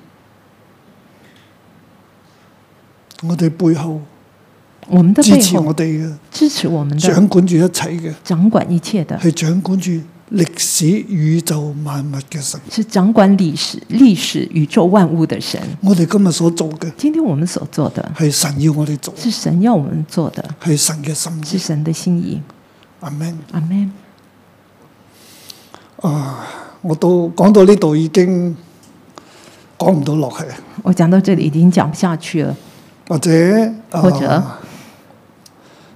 [SPEAKER 2] 我哋背後
[SPEAKER 3] 我们的
[SPEAKER 2] 支
[SPEAKER 3] 背
[SPEAKER 2] 持
[SPEAKER 3] 后
[SPEAKER 2] 我哋
[SPEAKER 3] 支持我们
[SPEAKER 2] 嘅，
[SPEAKER 3] 的、
[SPEAKER 2] 掌管住一切嘅，
[SPEAKER 3] 掌管一切的，
[SPEAKER 2] 係掌管住歷史宇宙萬物嘅神。
[SPEAKER 3] 是掌管历史、历史、宇宙万物的神。
[SPEAKER 2] 我哋今日所做嘅
[SPEAKER 3] 今天我们所做的，
[SPEAKER 2] 係神要我哋做，
[SPEAKER 3] 是神要我们做的，
[SPEAKER 2] 係神嘅心
[SPEAKER 3] 是
[SPEAKER 2] 意。
[SPEAKER 3] 神的心意。
[SPEAKER 2] 阿 Man，
[SPEAKER 3] 阿门。
[SPEAKER 2] 我都講到呢度已經講唔到落去，
[SPEAKER 3] 我讲到这里已经讲不下去了，
[SPEAKER 2] 或者
[SPEAKER 3] 或者、
[SPEAKER 2] 啊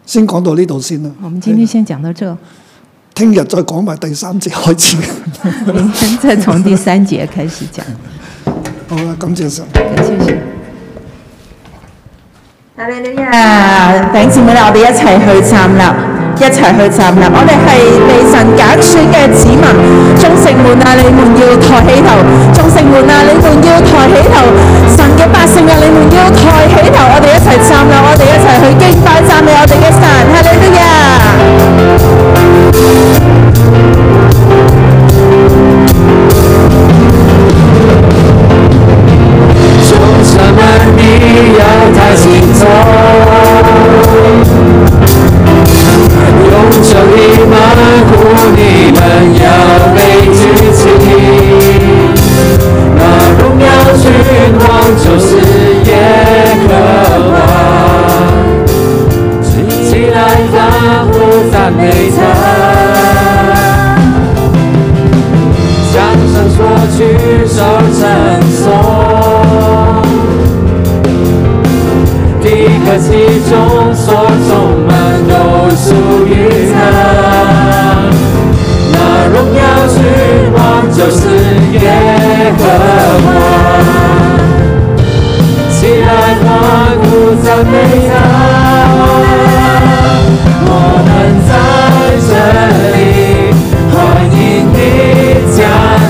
[SPEAKER 2] 先講到呢度先啦。
[SPEAKER 3] 我们今天先讲到这，
[SPEAKER 2] 聽日再講埋第三節開 *laughs* 始。
[SPEAKER 3] 明天再从第三节开始讲。
[SPEAKER 2] 好啦，感謝神。
[SPEAKER 3] 感谢神。
[SPEAKER 4] 阿利路
[SPEAKER 5] À,
[SPEAKER 4] 亞，弟兄姊妹咧，我哋一齊去站立，一齊去站立。我哋係被神揀選嘅子民，眾城門啊，你們要抬起頭；眾城門啊，你們要抬起頭；神嘅百姓啊，你們要抬起頭。我哋一齊站立，我哋一齊去敬拜讚美我哋嘅神。哈利路亞！
[SPEAKER 6] 众神们，你要抬起头，用手力漫步，你们要被举起。那荣耀君王就是耶和华，起来发出赞美他。向神所去受称颂。地和其中所充满都属于他，那荣耀之王就是耶和华。起来欢呼赞美他，我们在这里欢迎你。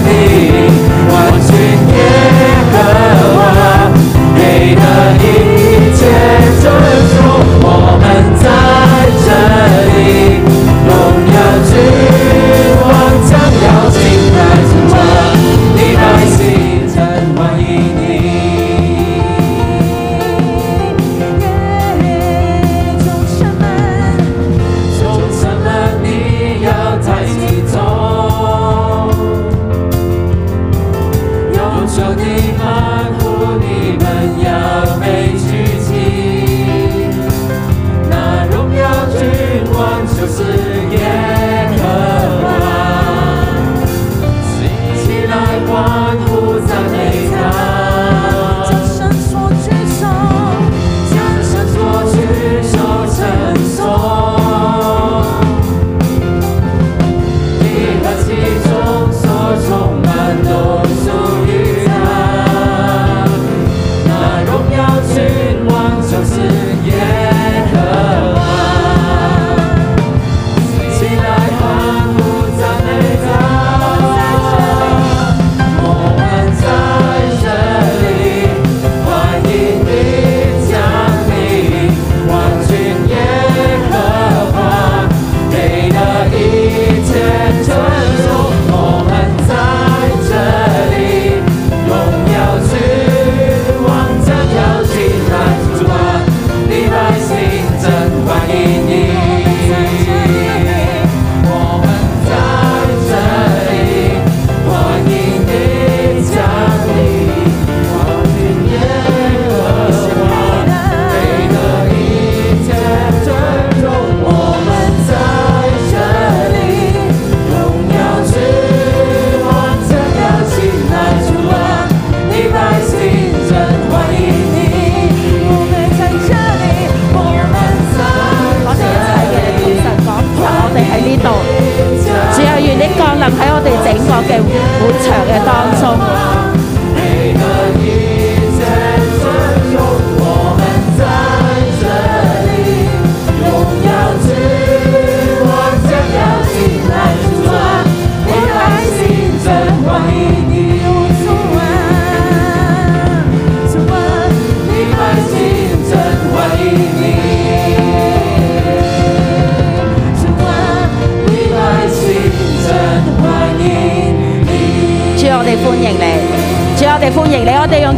[SPEAKER 6] 啊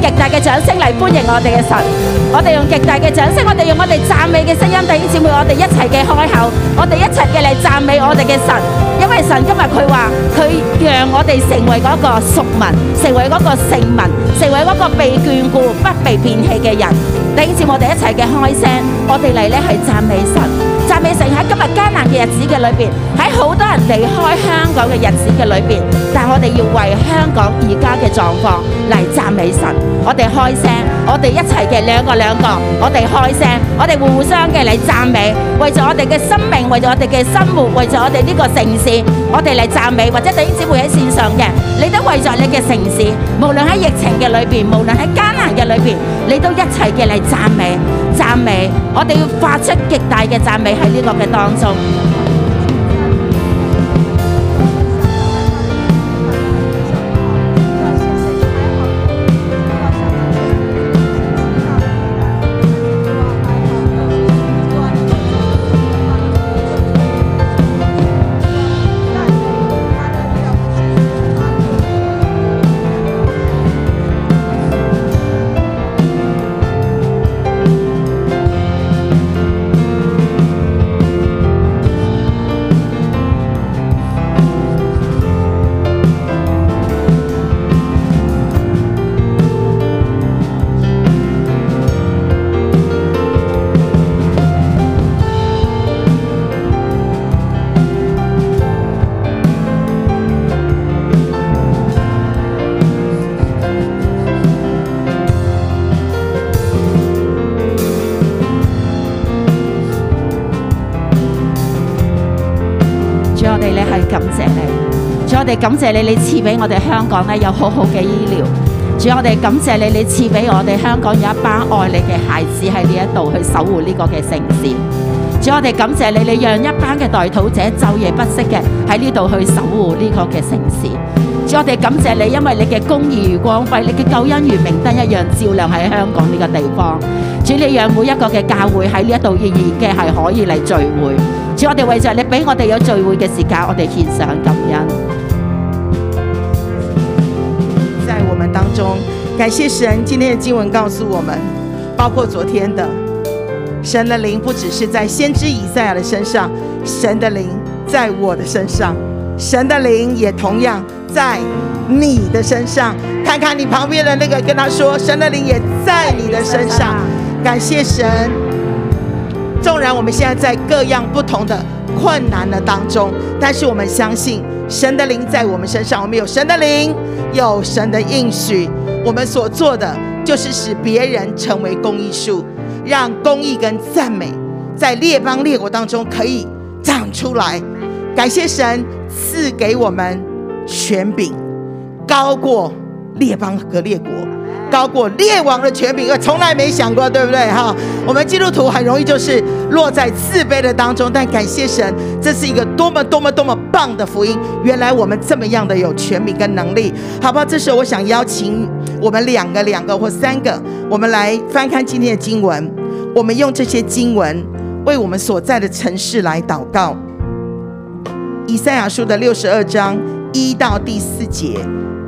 [SPEAKER 5] 極大嘅掌聲嚟歡迎我哋嘅神。我哋用極大嘅掌聲，我哋用我哋讚美嘅聲音，弟兄姊妹，我哋一齊嘅開口，我哋一齊嘅嚟讚美我哋嘅神。因為神今日佢話，佢讓我哋成為嗰個屬民，成為嗰個聖民，成為嗰個被眷顧、不被撇棄嘅人。弟兄姊妹，我哋一齊嘅開聲，我哋嚟咧係讚美神。讚美神喺今日艱難嘅日子嘅裏邊，喺好多人離開香港嘅日子嘅裏邊，但我哋要為香港而家嘅狀況嚟讚美神。我哋開聲，我哋一齊嘅兩個兩個，我哋開聲，我哋互相嘅嚟讚美，為咗我哋嘅生命，為咗我哋嘅生活，為咗我哋呢個城市，我哋嚟讚美，或者弟兄姊妹喺線上嘅，你都為咗你嘅城市，無論喺疫情嘅裏邊，無論喺艱難嘅裏邊，你都一齊嘅嚟讚美，讚美，我哋要發出極大嘅讚美喺呢個嘅當中。
[SPEAKER 7] 嗯
[SPEAKER 5] 主我哋咧係感謝你，主我哋感謝你，你賜俾我哋香港咧有好好嘅醫療。主我哋感謝你，你賜俾我哋香港有一班愛你嘅孩子喺呢一度去守護呢個嘅城市。主我哋感謝你，你讓一班嘅代禱者晝夜不息嘅喺呢度去守護呢個嘅城市。主我哋感謝你，因為你嘅公義如光輝，你嘅救恩如明燈一樣照亮喺香港呢個地方。主你讓每一個嘅教會喺呢一度仍然嘅係可以嚟聚會。主我哋為着你俾我哋有聚會嘅時間，我哋獻上感恩。
[SPEAKER 8] 在我们当中。感谢神，今天的经文告诉我们，包括昨天的，神的灵不只是在先知以赛亚的身上，神的灵在我的身上，神的灵也同样在你的身上。看看你旁边的那个，跟他说，神的灵也在你的身上。感谢神。纵然我们现在在各样不同的困难的当中，但是我们相信神的灵在我们身上，我们有神的灵，有神的应许。我们所做的就是使别人成为公益树，让公益跟赞美在列邦列国当中可以长出来。感谢神赐给我们权柄，高过列邦和列国，高过列王的权柄，我从来没想过，对不对哈？我们基督徒很容易就是落在自卑的当中，但感谢神，这是一个多么多么多么棒的福音！原来我们这么样的有权柄跟能力，好不好？这时候我想邀请我们两个、两个或三个，我们来翻看今天的经文，我们用这些经文为我们所在的城市来祷告。以赛亚书的六十二章一到第四节，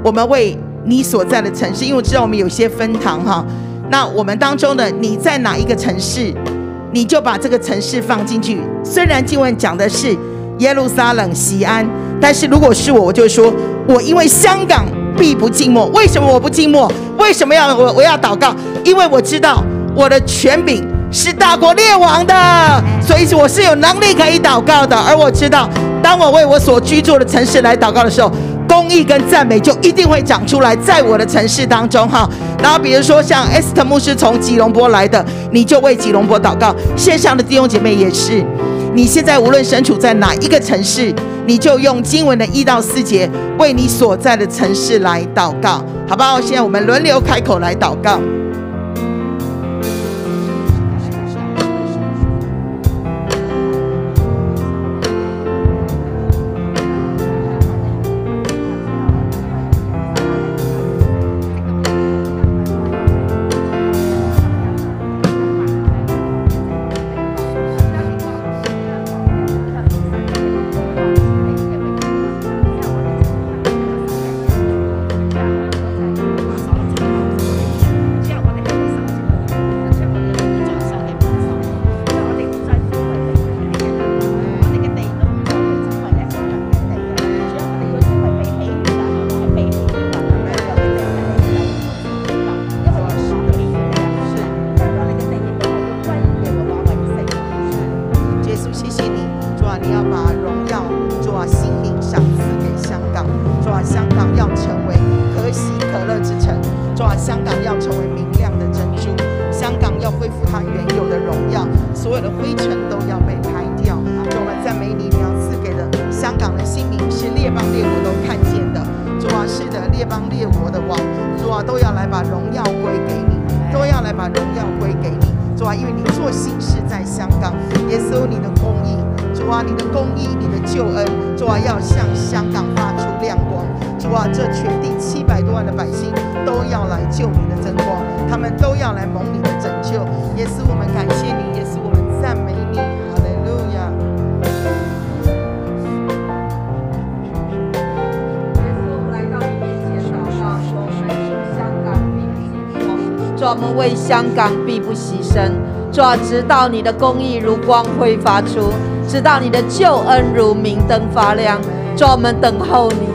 [SPEAKER 8] 我们为你所在的城市，因为我知道我们有些分堂哈，那我们当中的你在哪一个城市，你就把这个城市放进去。虽然经文讲的是耶路撒冷、西安，但是如果是我，我就会说，我因为香港必不静默。为什么我不静默？为什么要我我要祷告？因为我知道我的权柄是大国列王的，所以我是有能力可以祷告的。而我知道，当我为我所居住的城市来祷告的时候，公益跟赞美就一定会长出来，在我的城市当中哈。然后比如说像 S 特牧师从吉隆坡来的，你就为吉隆坡祷告；线上的弟兄姐妹也是。你现在无论身处在哪一个城市，你就用经文的一到四节为你所在的城市来祷告，好不好？现在我们轮流开口来祷告。稣，谢谢你，主啊，你要把荣耀，主啊，心灵赏赐给香港，主啊，香港要成为可喜可乐之城，主啊，香港要成为明亮的珍珠，香港要恢复它原有的荣耀，所有的灰尘都要被拍掉。主啊，我们赞美你，你要赐给的香港的新名是列邦列国都看见的。主啊，是的，列邦列国的王，主啊，都要来把荣耀归给你，都要来把荣耀归给你。主啊，因为你做新事在香港，耶稣你的公义，主啊，你的公义，你的救恩，主啊，要向香港发出亮光。主啊，这全地七百多万的百姓都要来救你的真光，他们都要来蒙你的拯救。耶稣，我们感谢你，耶稣，我们赞美你，哈利路亚。
[SPEAKER 9] 主啊，我们为香港必不牺牲。主啊，直到你的公义如光辉发出，直到你的救恩如明灯发亮。主啊，我们等候你，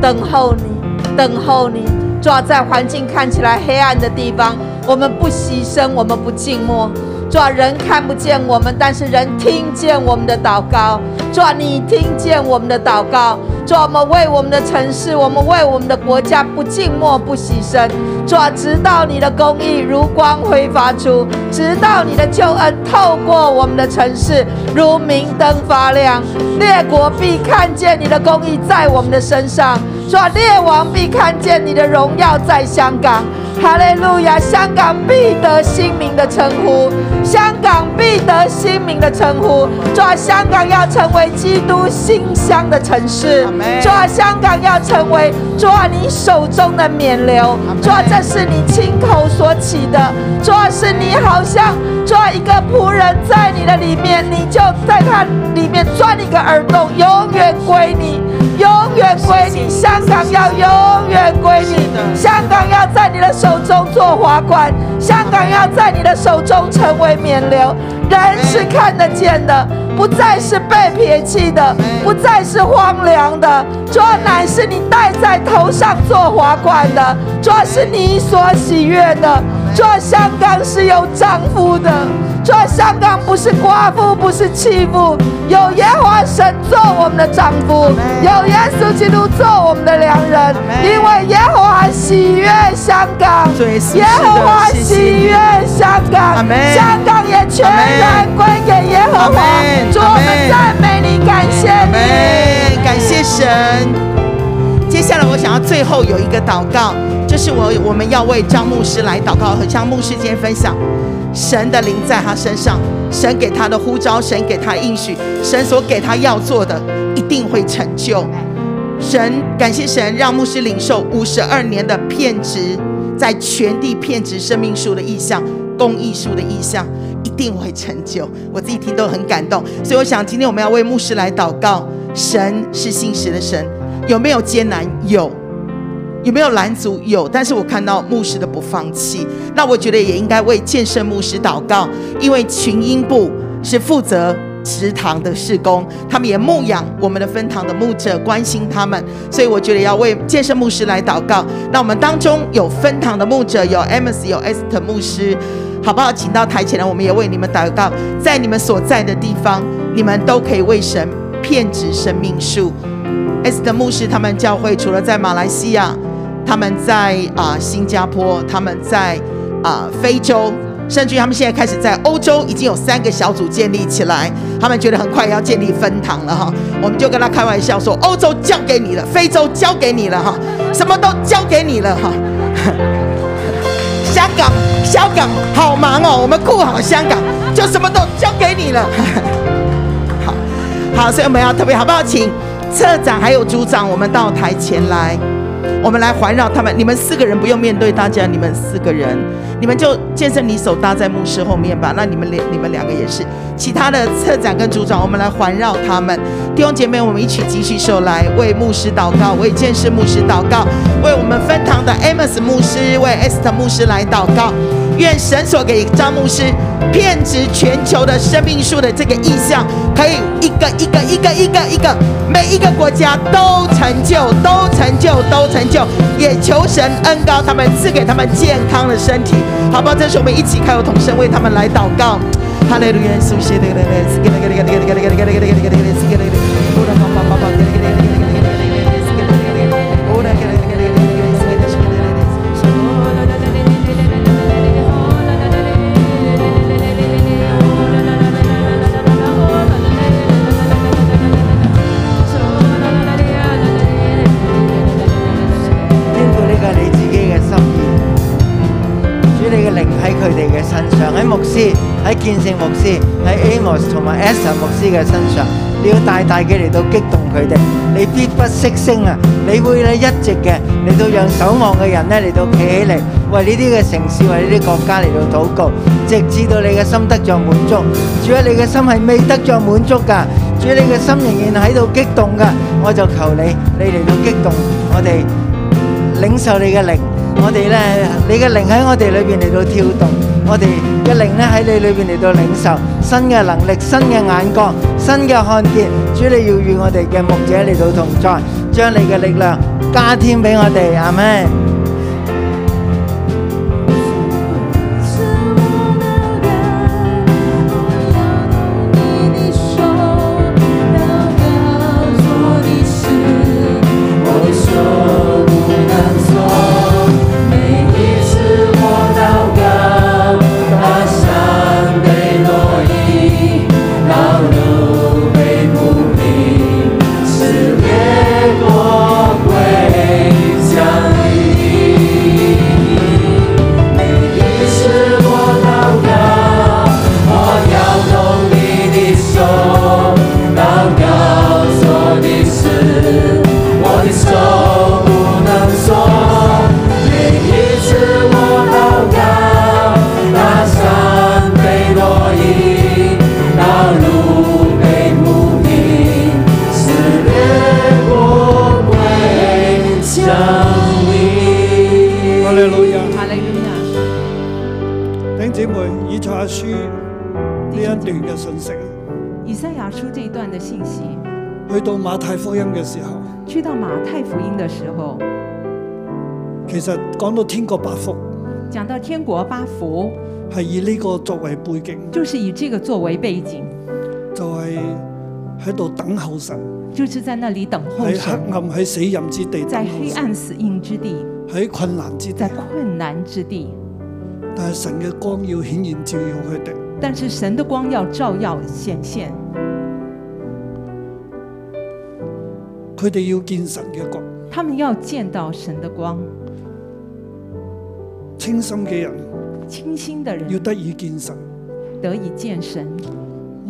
[SPEAKER 9] 等候你，等候你。主啊，在环境看起来黑暗的地方，我们不牺牲，我们不静默。主啊，人看不见我们，但是人听见我们的祷告。主啊，你听见我们的祷告。主啊，我们为我们的城市，我们为我们的国家不静默不牺牲。主啊，直到你的公义如光辉发出，直到你的救恩透过我们的城市如明灯发亮，列国必看见你的公义在我们的身上。主啊，列王必看见你的荣耀在香港。哈利路亚！香港必得新民的称呼，香港必得新民的称呼。主啊，香港要成为基督馨香的城市。主啊，香港要成为主啊你手中的冕旒。主啊，这是你亲口所起的。主啊，是你好像主啊一个仆人在你的里面，你就在他里面钻一个耳洞，永远归你。永远归你，香港要永远归你，香港要在你的手中做滑管，香港要在你的手中成为冕旒。人是看得见的，不再是被撇弃的，不再是荒凉的，主要乃是你戴在头上做滑管的，主要是你所喜悦的。主要香港是有丈夫的，主要香港不是寡妇，不是弃妇，有耶和华神做我们的丈夫，有耶稣基督做我们的良人，因为耶和华喜悦香港
[SPEAKER 8] 主耶稣是，的
[SPEAKER 9] 耶和华
[SPEAKER 8] 谢谢
[SPEAKER 9] 喜悦香港
[SPEAKER 8] 阿门，
[SPEAKER 9] 香港也全然归给耶和
[SPEAKER 8] 阿
[SPEAKER 9] 华
[SPEAKER 8] 门。
[SPEAKER 9] 主，我们赞美你，感谢你。
[SPEAKER 8] 们感谢神。接下来，我想要最后有一个祷告，这是我我们要为张牧师来祷告，和张牧师今天分享神的灵在他身上，神给他的呼召，神给他应许，神所给他要做的一定会成就。神感谢神，让牧师领受五十二年的片值，在全地片值生命树的意象、公益树的意象，一定会成就。我自己听都很感动，所以我想今天我们要为牧师来祷告。神是信实的神，有没有艰难？有。有没有拦阻？有，但是我看到牧师的不放弃，那我觉得也应该为建设牧师祷告，因为群英部是负责。职堂的事工，他们也牧养我们的分堂的牧者，关心他们，所以我觉得要为建设牧师来祷告。那我们当中有分堂的牧者，有 Amos，有 Esther 牧师，好不好？请到台前来，我们也为你们祷告，在你们所在的地方，你们都可以为神骗植生命树。S 的牧师他们教会除了在马来西亚，他们在啊、新加坡，他们在啊、非洲，甚至于他们现在开始在欧洲已经有三个小组建立起来，他们觉得很快要建立分堂了哈。我们就跟他开玩笑说，欧洲交给你了，非洲交给你了哈，什么都交给你了哈。香港，香港好忙哦，我们顾好香港，就什么都交给你了。好，好，所以我们要特别好不好？请策展还有组长，我们到台前来，我们来环绕他们。你们四个人不用面对大家，你们四个人，你们就健身你手搭在牧师后面吧。那你们两你们两个也是，其他的策展跟组长，我们来环绕他们。弟兄姐妹，我们一起举起手来为牧师祷告，为健身牧师祷告，为我们分堂的 Amos 牧师，为 Esther 牧师来祷告。愿神所给张牧师遍植全球的生命树的这个意象，可以一个一个一个一个一个，每一个国家都成就，都成就，都成就。也求神恩高他们，赐给他们健康的身体，好不好？这时候我们一起开口同声为他们来祷告。
[SPEAKER 7] 哈利路亚，苏西的嘞嘞，斯给嘞给嘞给嘞给嘞给嘞给嘞给嘞给嘞给嘞给嘞斯给嘞嘞，乌拉巴巴巴巴给嘞给嘞给嘞给嘞给嘞给嘞斯给嘞嘞嘞，乌拉给嘞给嘞给嘞给嘞斯给嘞斯给嘞嘞嘞，苏拉嘞嘞嘞嘞嘞嘞嘞嘞嘞，哦啦啦啦嘞嘞嘞嘞嘞嘞嘞，哦啦啦啦嘞嘞嘞嘞嘞，哦啦啦嘞嘞嘞嘞嘞嘞，苏啦啦啦嘞啊啦啦嘞嘞，
[SPEAKER 8] 呢個呢個係你自己嘅心意。主你嘅靈喺佢哋嘅身上，喺牧師、喺建聖牧師、喺 Amos 同埋 Esther 牧師嘅身上，你要大大嘅嚟到激動佢哋，你必不息聲啊！你會咧一直嘅嚟到讓守望嘅人咧嚟到企起嚟，為呢啲嘅城市、為呢啲國家嚟到禱告，直至到你嘅心得着滿足。主啊，你嘅心係未得着滿足㗎，主你嘅心仍然喺度激動㗎，我就求你，你嚟到激動我哋。領受你嘅靈，我哋咧，你嘅靈喺我哋裏邊嚟到跳動，我哋嘅靈咧喺你裏邊嚟到領受新嘅能力、新嘅眼光、新嘅看見。主，你要與我哋嘅牧者嚟到同在，將你嘅力量加添俾我哋，阿門。
[SPEAKER 2] 哈利路亞，哈利路亞。弟兄姊妹，以賽亞書呢一段嘅信息，啊
[SPEAKER 3] 以赛亚书这一段的信息，
[SPEAKER 2] 去到馬太福音嘅時候，
[SPEAKER 3] 去到马太福音的时候，
[SPEAKER 2] 其實講到天國八福，
[SPEAKER 3] 讲到天国八福，
[SPEAKER 2] 係以呢個作為背景，
[SPEAKER 3] 就是以这个作为背景，
[SPEAKER 2] 就係喺度等候神，
[SPEAKER 3] 就是在那里等候
[SPEAKER 2] 喺
[SPEAKER 3] 神，
[SPEAKER 2] 黑暗喺死蔭之地
[SPEAKER 3] 在
[SPEAKER 2] 等候
[SPEAKER 3] 黑
[SPEAKER 2] 神，
[SPEAKER 3] 暗死荫之地，
[SPEAKER 2] 喺困難之
[SPEAKER 3] 在
[SPEAKER 2] 地，
[SPEAKER 3] 困难之地，
[SPEAKER 2] 但係神嘅光要顯然照耀佢哋。
[SPEAKER 3] 但是神的光要照耀显现，
[SPEAKER 2] 佢哋要見神嘅國，
[SPEAKER 3] 他们要见到神的光。
[SPEAKER 2] 清心嘅人
[SPEAKER 3] 清心的
[SPEAKER 2] 要
[SPEAKER 3] 人
[SPEAKER 2] 得以見神，
[SPEAKER 3] 得以见神，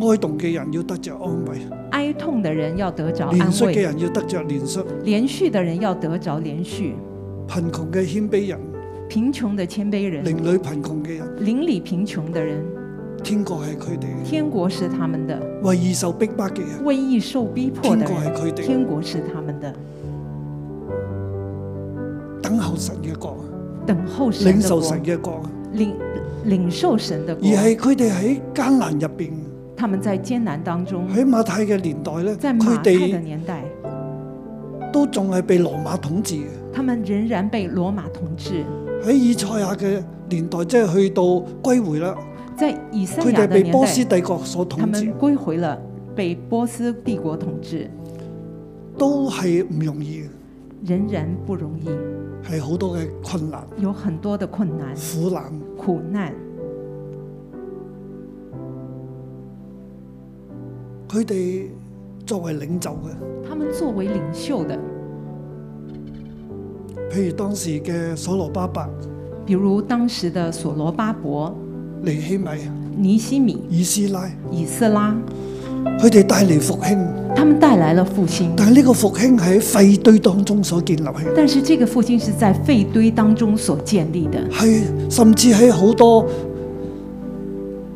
[SPEAKER 2] 哀動嘅人要得着安慰，
[SPEAKER 3] 哀痛的人要得着
[SPEAKER 2] 憐
[SPEAKER 3] 安
[SPEAKER 2] 恤嘅
[SPEAKER 3] 慰，
[SPEAKER 2] 人要得着憐恤，
[SPEAKER 3] 连续的人要得着连续，
[SPEAKER 2] 貧窮嘅謙卑人，
[SPEAKER 3] 贫穷的谦卑人，
[SPEAKER 2] 靈裏貧窮嘅人，
[SPEAKER 3] 邻里贫穷的人，
[SPEAKER 2] 天國係佢哋嘅；
[SPEAKER 3] 天国是他们的；
[SPEAKER 2] 為義受逼迫嘅人，
[SPEAKER 3] 为义受逼迫
[SPEAKER 2] 天
[SPEAKER 3] 的
[SPEAKER 2] 国是佢
[SPEAKER 3] 人，
[SPEAKER 2] 哋
[SPEAKER 3] 天国是他们的。
[SPEAKER 2] 等候神嘅國，
[SPEAKER 3] 等候神
[SPEAKER 2] 領
[SPEAKER 3] 的
[SPEAKER 2] 受
[SPEAKER 3] 国，哦
[SPEAKER 2] 神嘅國，
[SPEAKER 3] 领领受神的
[SPEAKER 2] 而
[SPEAKER 3] 国，
[SPEAKER 2] 係佢哋喺艱難入邊，
[SPEAKER 3] 他们在艰难当中，
[SPEAKER 2] 喺馬太嘅年代咧，
[SPEAKER 3] 在马
[SPEAKER 2] 佢
[SPEAKER 3] 太的
[SPEAKER 2] 哋
[SPEAKER 3] 年代，
[SPEAKER 2] 都仲係被羅馬統治嘅。
[SPEAKER 3] 他们仍然被罗马统治；
[SPEAKER 2] 喺以賽亞嘅年代，即係去到歸回啦，
[SPEAKER 3] 在以赛
[SPEAKER 2] 佢
[SPEAKER 3] 亚
[SPEAKER 2] 哋
[SPEAKER 3] 的
[SPEAKER 2] 被
[SPEAKER 3] 年
[SPEAKER 2] 波斯
[SPEAKER 3] 代，
[SPEAKER 2] 帝國所
[SPEAKER 3] 他
[SPEAKER 2] 統
[SPEAKER 3] 们
[SPEAKER 2] 治，
[SPEAKER 3] 归回了，被波斯帝国统治，
[SPEAKER 2] 都係唔容易嘅。
[SPEAKER 3] 仍然不容易，
[SPEAKER 2] 係好多嘅困難、
[SPEAKER 3] 有很多的困难、
[SPEAKER 2] 苦難，
[SPEAKER 3] 苦难。
[SPEAKER 2] 佢哋作為領袖嘅，
[SPEAKER 3] 他们作为领袖的，
[SPEAKER 2] 譬如當時嘅所羅巴伯、
[SPEAKER 3] 比如当时的所罗巴伯、
[SPEAKER 2] 尼希米、
[SPEAKER 3] 尼西米、
[SPEAKER 2] 以斯拉，
[SPEAKER 3] 以色拉，
[SPEAKER 2] 佢哋帶嚟復興。
[SPEAKER 3] 他们带来了复兴。
[SPEAKER 2] 但係呢個復興喺廢堆當中所建立起，
[SPEAKER 3] 但是这个复兴是在废堆当中所建立的，
[SPEAKER 2] 係甚至喺好多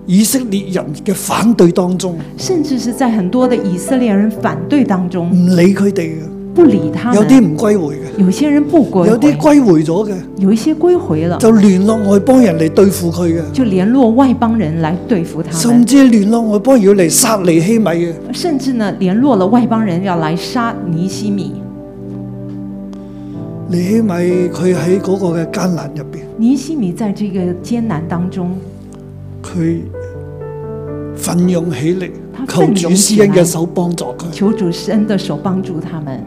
[SPEAKER 2] 以色列人嘅反對當中，唔
[SPEAKER 3] 甚至是在很多的以色列人反对当中，
[SPEAKER 2] 理佢哋嘅，
[SPEAKER 3] 不理他
[SPEAKER 2] 有啲
[SPEAKER 3] 们。
[SPEAKER 2] 唔歸回嘅，
[SPEAKER 3] 有些人不归
[SPEAKER 2] 有啲
[SPEAKER 3] 回，
[SPEAKER 2] 歸回咗嘅，
[SPEAKER 3] 有一些归回了，
[SPEAKER 2] 就聯絡外邦人嚟對付佢嘅，
[SPEAKER 3] 就联絡外邦人来对付他
[SPEAKER 2] 甚
[SPEAKER 3] 们，
[SPEAKER 2] 至聯絡外邦人要嚟殺尼希米嘅。
[SPEAKER 3] 甚至呢联络了外邦人要来杀尼西米。
[SPEAKER 2] 尼希米佢喺嗰個嘅艱難入邊，
[SPEAKER 3] 尼西米在这个艰难当中，
[SPEAKER 2] 佢奮勇起力，
[SPEAKER 3] 他
[SPEAKER 2] 求
[SPEAKER 3] 奮
[SPEAKER 2] 主
[SPEAKER 3] 勇起
[SPEAKER 2] 施
[SPEAKER 3] 來
[SPEAKER 2] 恩嘅手幫助佢。
[SPEAKER 3] 求主伸的手帮助他们。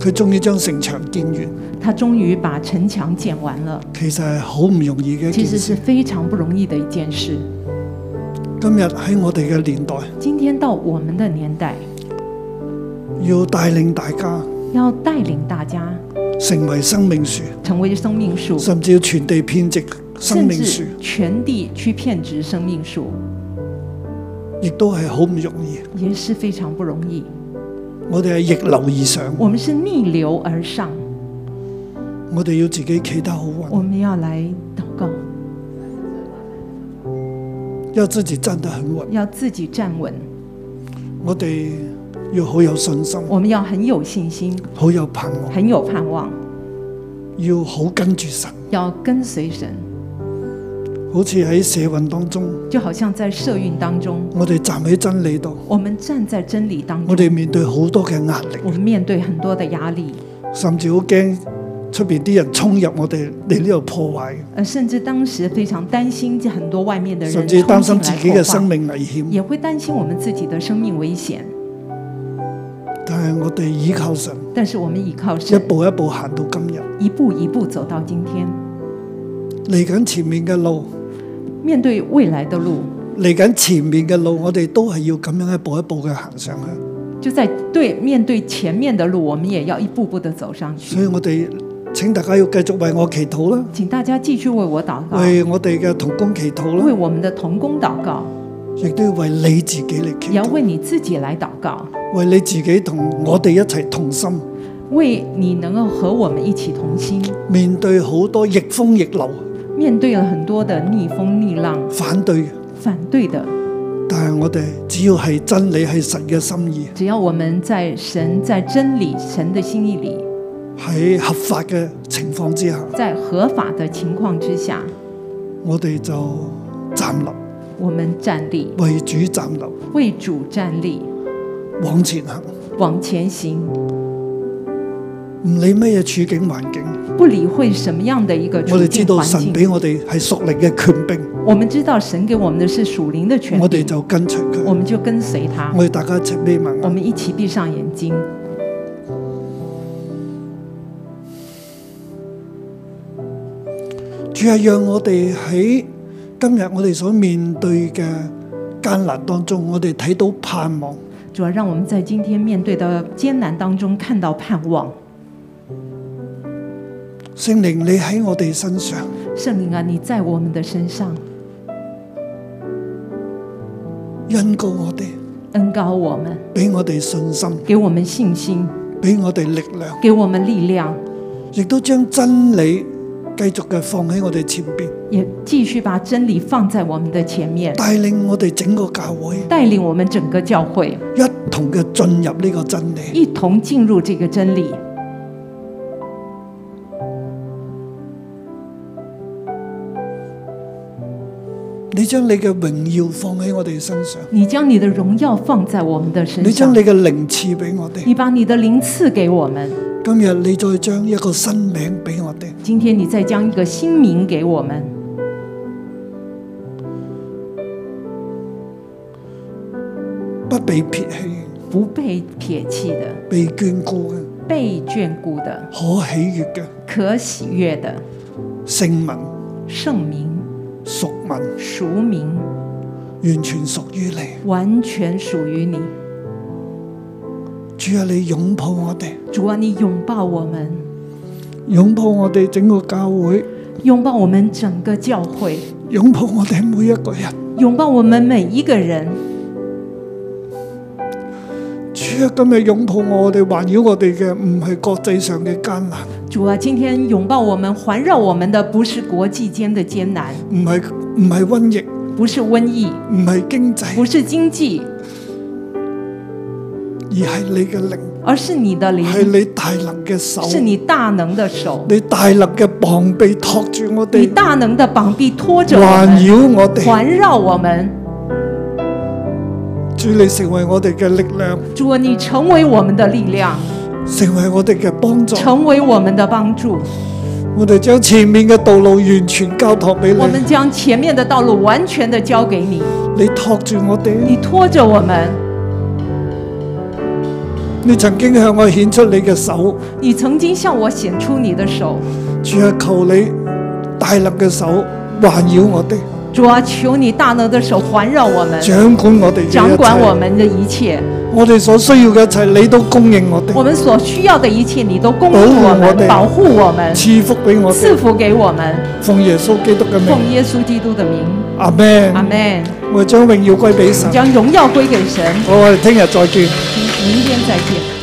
[SPEAKER 2] 佢終於將城牆建完，
[SPEAKER 3] 他终于把城墙建完了，
[SPEAKER 2] 其實係好唔容易嘅一
[SPEAKER 3] 其
[SPEAKER 2] 件
[SPEAKER 3] 实是
[SPEAKER 2] 事。
[SPEAKER 3] 非常不容易的一件事。
[SPEAKER 2] 今日喺我哋嘅年代，
[SPEAKER 3] 今天到我們的年代，
[SPEAKER 2] 要帶領大家
[SPEAKER 3] 要带领大家
[SPEAKER 2] 成為生命樹，
[SPEAKER 3] 成为生命树，
[SPEAKER 2] 甚至要全地遍植生
[SPEAKER 3] 甚
[SPEAKER 2] 命樹，
[SPEAKER 3] 至全地去遍植生命树，
[SPEAKER 2] 亦都係好唔容易。
[SPEAKER 3] 也是非常不容易。
[SPEAKER 2] 我哋係逆流而上，
[SPEAKER 3] 我们是逆流而上，
[SPEAKER 2] 我哋要自己企得好
[SPEAKER 3] 我
[SPEAKER 2] 穩，
[SPEAKER 3] 们要来祷告，
[SPEAKER 2] 要自己站得很穩。
[SPEAKER 3] 要自己站稳，
[SPEAKER 2] 我哋要好有信心，
[SPEAKER 3] 我们要很有信心，
[SPEAKER 2] 好有盼望，
[SPEAKER 3] 很有盼望，
[SPEAKER 2] 要好跟住神。
[SPEAKER 3] 要跟随神。
[SPEAKER 2] 好似喺社運當中，
[SPEAKER 3] 就好像在社运当中，
[SPEAKER 2] 我哋站喺真理度，
[SPEAKER 3] 我们站在真理当
[SPEAKER 2] 我
[SPEAKER 3] 中，
[SPEAKER 2] 哋面對好多嘅壓力，
[SPEAKER 3] 我们面对很多的压力，
[SPEAKER 2] 甚至好驚出邊啲人衝入我哋嚟呢度破壞，
[SPEAKER 3] 呃，甚至当时非常担心很多外面的人
[SPEAKER 2] 甚至擔心
[SPEAKER 3] 冲进
[SPEAKER 2] 自
[SPEAKER 3] 来
[SPEAKER 2] 己
[SPEAKER 3] 破
[SPEAKER 2] 嘅
[SPEAKER 3] 坏
[SPEAKER 2] 生命危險。
[SPEAKER 3] 也会担心我们自己的生命危险。
[SPEAKER 2] 但係我哋倚靠神，
[SPEAKER 3] 但是我们依靠神
[SPEAKER 2] 一，步一步行到今日。
[SPEAKER 3] 一步一步走到今天。
[SPEAKER 2] 嚟緊前面嘅路，
[SPEAKER 3] 面對未来的路，
[SPEAKER 2] 嚟緊前面嘅路，我哋都係要咁樣一步一步嘅行上去。
[SPEAKER 3] 就在对面对前面的路，我们也要一步步的走上去。
[SPEAKER 2] 所以我哋請大家要繼續為我祈禱啦，
[SPEAKER 3] 请大家继续为我祷告，
[SPEAKER 2] 為我哋嘅同工祈禱
[SPEAKER 3] 为
[SPEAKER 2] 啦，
[SPEAKER 3] 我们的童工祷告，
[SPEAKER 2] 亦都要為你自己嚟祈
[SPEAKER 3] 也要
[SPEAKER 2] 禱。
[SPEAKER 3] 为你自己来祷告，
[SPEAKER 2] 为你自己同我哋一齊同心，
[SPEAKER 3] 为你能够和我们一起同心。
[SPEAKER 2] 面對好多逆風逆流
[SPEAKER 3] 面对了很多的逆风逆浪，
[SPEAKER 2] 反對嘅，
[SPEAKER 3] 反对的，
[SPEAKER 2] 但係我哋只要係真理係神嘅心意，
[SPEAKER 3] 只要我们在神在真理、神的心意里，
[SPEAKER 2] 喺合法嘅情況之下，
[SPEAKER 3] 在合法的情况之下，
[SPEAKER 2] 我哋就站立，
[SPEAKER 3] 我们站立，
[SPEAKER 2] 為主站立，
[SPEAKER 3] 为主站立，
[SPEAKER 2] 往前行，
[SPEAKER 3] 往前行，
[SPEAKER 2] 唔理乜嘢處境環境，
[SPEAKER 3] 不理会什么样的一个
[SPEAKER 2] 我
[SPEAKER 3] 处
[SPEAKER 2] 哋知
[SPEAKER 3] 境
[SPEAKER 2] 道
[SPEAKER 3] 环
[SPEAKER 2] 神
[SPEAKER 3] 境。
[SPEAKER 2] 俾我哋係屬靈嘅權柄，
[SPEAKER 3] 我们知道神给我们的是属灵的权
[SPEAKER 2] 我哋
[SPEAKER 3] 柄，
[SPEAKER 2] 就跟隨
[SPEAKER 3] 我
[SPEAKER 2] 佢。
[SPEAKER 3] 们就跟随他。
[SPEAKER 2] 我哋大家一齊眯埋
[SPEAKER 3] 我
[SPEAKER 2] 眼，
[SPEAKER 3] 们一起闭上眼睛，
[SPEAKER 2] 主係讓我哋喺今日我哋所面對嘅艱難當中，我哋睇到盼望。
[SPEAKER 3] 主要啊让我们在今天面对的艰难当中看到盼望。
[SPEAKER 2] 圣灵，你喺我哋身上，
[SPEAKER 3] 圣灵啊，你在我们的身上
[SPEAKER 2] 恩告我哋，
[SPEAKER 3] 恩高我们，
[SPEAKER 2] 俾我哋信心，
[SPEAKER 3] 给我们信心，
[SPEAKER 2] 俾我哋力量，
[SPEAKER 3] 给我们力量，
[SPEAKER 2] 亦都将真理继续嘅放喺我哋前边，
[SPEAKER 3] 也继续把真理放在我们的前面，
[SPEAKER 2] 带领我哋整个教会
[SPEAKER 3] 带领我们整个教会
[SPEAKER 2] 一同嘅进入呢个真理。
[SPEAKER 3] 一同进入这个真理。
[SPEAKER 2] 你将你嘅荣耀放喺我哋身上，
[SPEAKER 3] 你将你的荣耀放在我们的身
[SPEAKER 2] 你将
[SPEAKER 3] 上
[SPEAKER 2] 你，嘅灵赐俾我哋。
[SPEAKER 3] 你把你的灵赐给我们。
[SPEAKER 2] 今日你再将一个新名俾我哋，
[SPEAKER 3] 今天你再将一个新名给我们，
[SPEAKER 2] 不被撇弃，
[SPEAKER 3] 不被撇弃的，
[SPEAKER 2] 被眷顾嘅，
[SPEAKER 3] 被眷顾的，
[SPEAKER 2] 可喜悦嘅
[SPEAKER 3] 可喜悦的
[SPEAKER 2] 圣民
[SPEAKER 3] 圣名、
[SPEAKER 2] 属民，
[SPEAKER 3] 俗名，
[SPEAKER 2] 完全属于你。
[SPEAKER 3] 完全属于你。
[SPEAKER 2] 主啊，你拥抱我哋。
[SPEAKER 3] 主啊，你拥抱我们，
[SPEAKER 2] 擁抱我哋整個教會，
[SPEAKER 3] 拥抱我们整个教会，
[SPEAKER 2] 擁抱我哋每一個人。
[SPEAKER 3] 拥抱我们每一个人。
[SPEAKER 2] 主啊，今日擁抱我哋，環繞我哋嘅唔係國際上嘅艱難，
[SPEAKER 3] 主啊，今天拥抱我们、环绕我们的不是国际间的艰难，
[SPEAKER 2] 唔係唔係瘟疫，
[SPEAKER 3] 不是瘟疫，
[SPEAKER 2] 唔係經
[SPEAKER 3] 不
[SPEAKER 2] 濟，
[SPEAKER 3] 是经济，
[SPEAKER 2] 而係你嘅靈，
[SPEAKER 3] 而是你的灵，
[SPEAKER 2] 係你大能嘅手，
[SPEAKER 3] 是你大能的手，
[SPEAKER 2] 你大能嘅膀臂托住我
[SPEAKER 3] 你
[SPEAKER 2] 哋，
[SPEAKER 3] 大能的膀臂拖着我
[SPEAKER 2] 環
[SPEAKER 3] 们。
[SPEAKER 2] 繞我哋。
[SPEAKER 3] 环绕我们。
[SPEAKER 2] 主，你成為我哋嘅力量，
[SPEAKER 3] 主啊，你成为我们的力量，
[SPEAKER 2] 成為我哋嘅幫助。
[SPEAKER 3] 成为我们的帮助。
[SPEAKER 2] 我哋將前面嘅道路完全交託俾
[SPEAKER 3] 我们
[SPEAKER 2] 你，
[SPEAKER 3] 将前面的道路完全的交给你，
[SPEAKER 2] 你托住我哋。
[SPEAKER 3] 你拖着我们，
[SPEAKER 2] 你曾經向我顯出你嘅手，
[SPEAKER 3] 你曾经向我显出你的手，
[SPEAKER 2] 主啊，求你大能嘅手環繞我哋，
[SPEAKER 3] 主啊，求你大能的手环绕我们，
[SPEAKER 2] 掌管我哋嘅一切
[SPEAKER 3] 掌管我们的一切，
[SPEAKER 2] 我哋所需要嘅一切，你都供應我
[SPEAKER 3] 我
[SPEAKER 2] 哋，
[SPEAKER 3] 们所需要的一切，你都供应我们，保
[SPEAKER 2] 保
[SPEAKER 3] 护我们，
[SPEAKER 2] 賜福俾我
[SPEAKER 3] 赐
[SPEAKER 2] 哋。
[SPEAKER 3] 福给我们，
[SPEAKER 2] 奉耶穌基督嘅
[SPEAKER 3] 奉
[SPEAKER 2] 名，
[SPEAKER 3] 耶稣基督的名，
[SPEAKER 2] 阿
[SPEAKER 3] 阿
[SPEAKER 2] 門。
[SPEAKER 3] 门。
[SPEAKER 2] 我哋將榮耀歸俾神。
[SPEAKER 3] 将荣耀归给神。
[SPEAKER 2] 我哋聽日再見。
[SPEAKER 3] 明明天再见。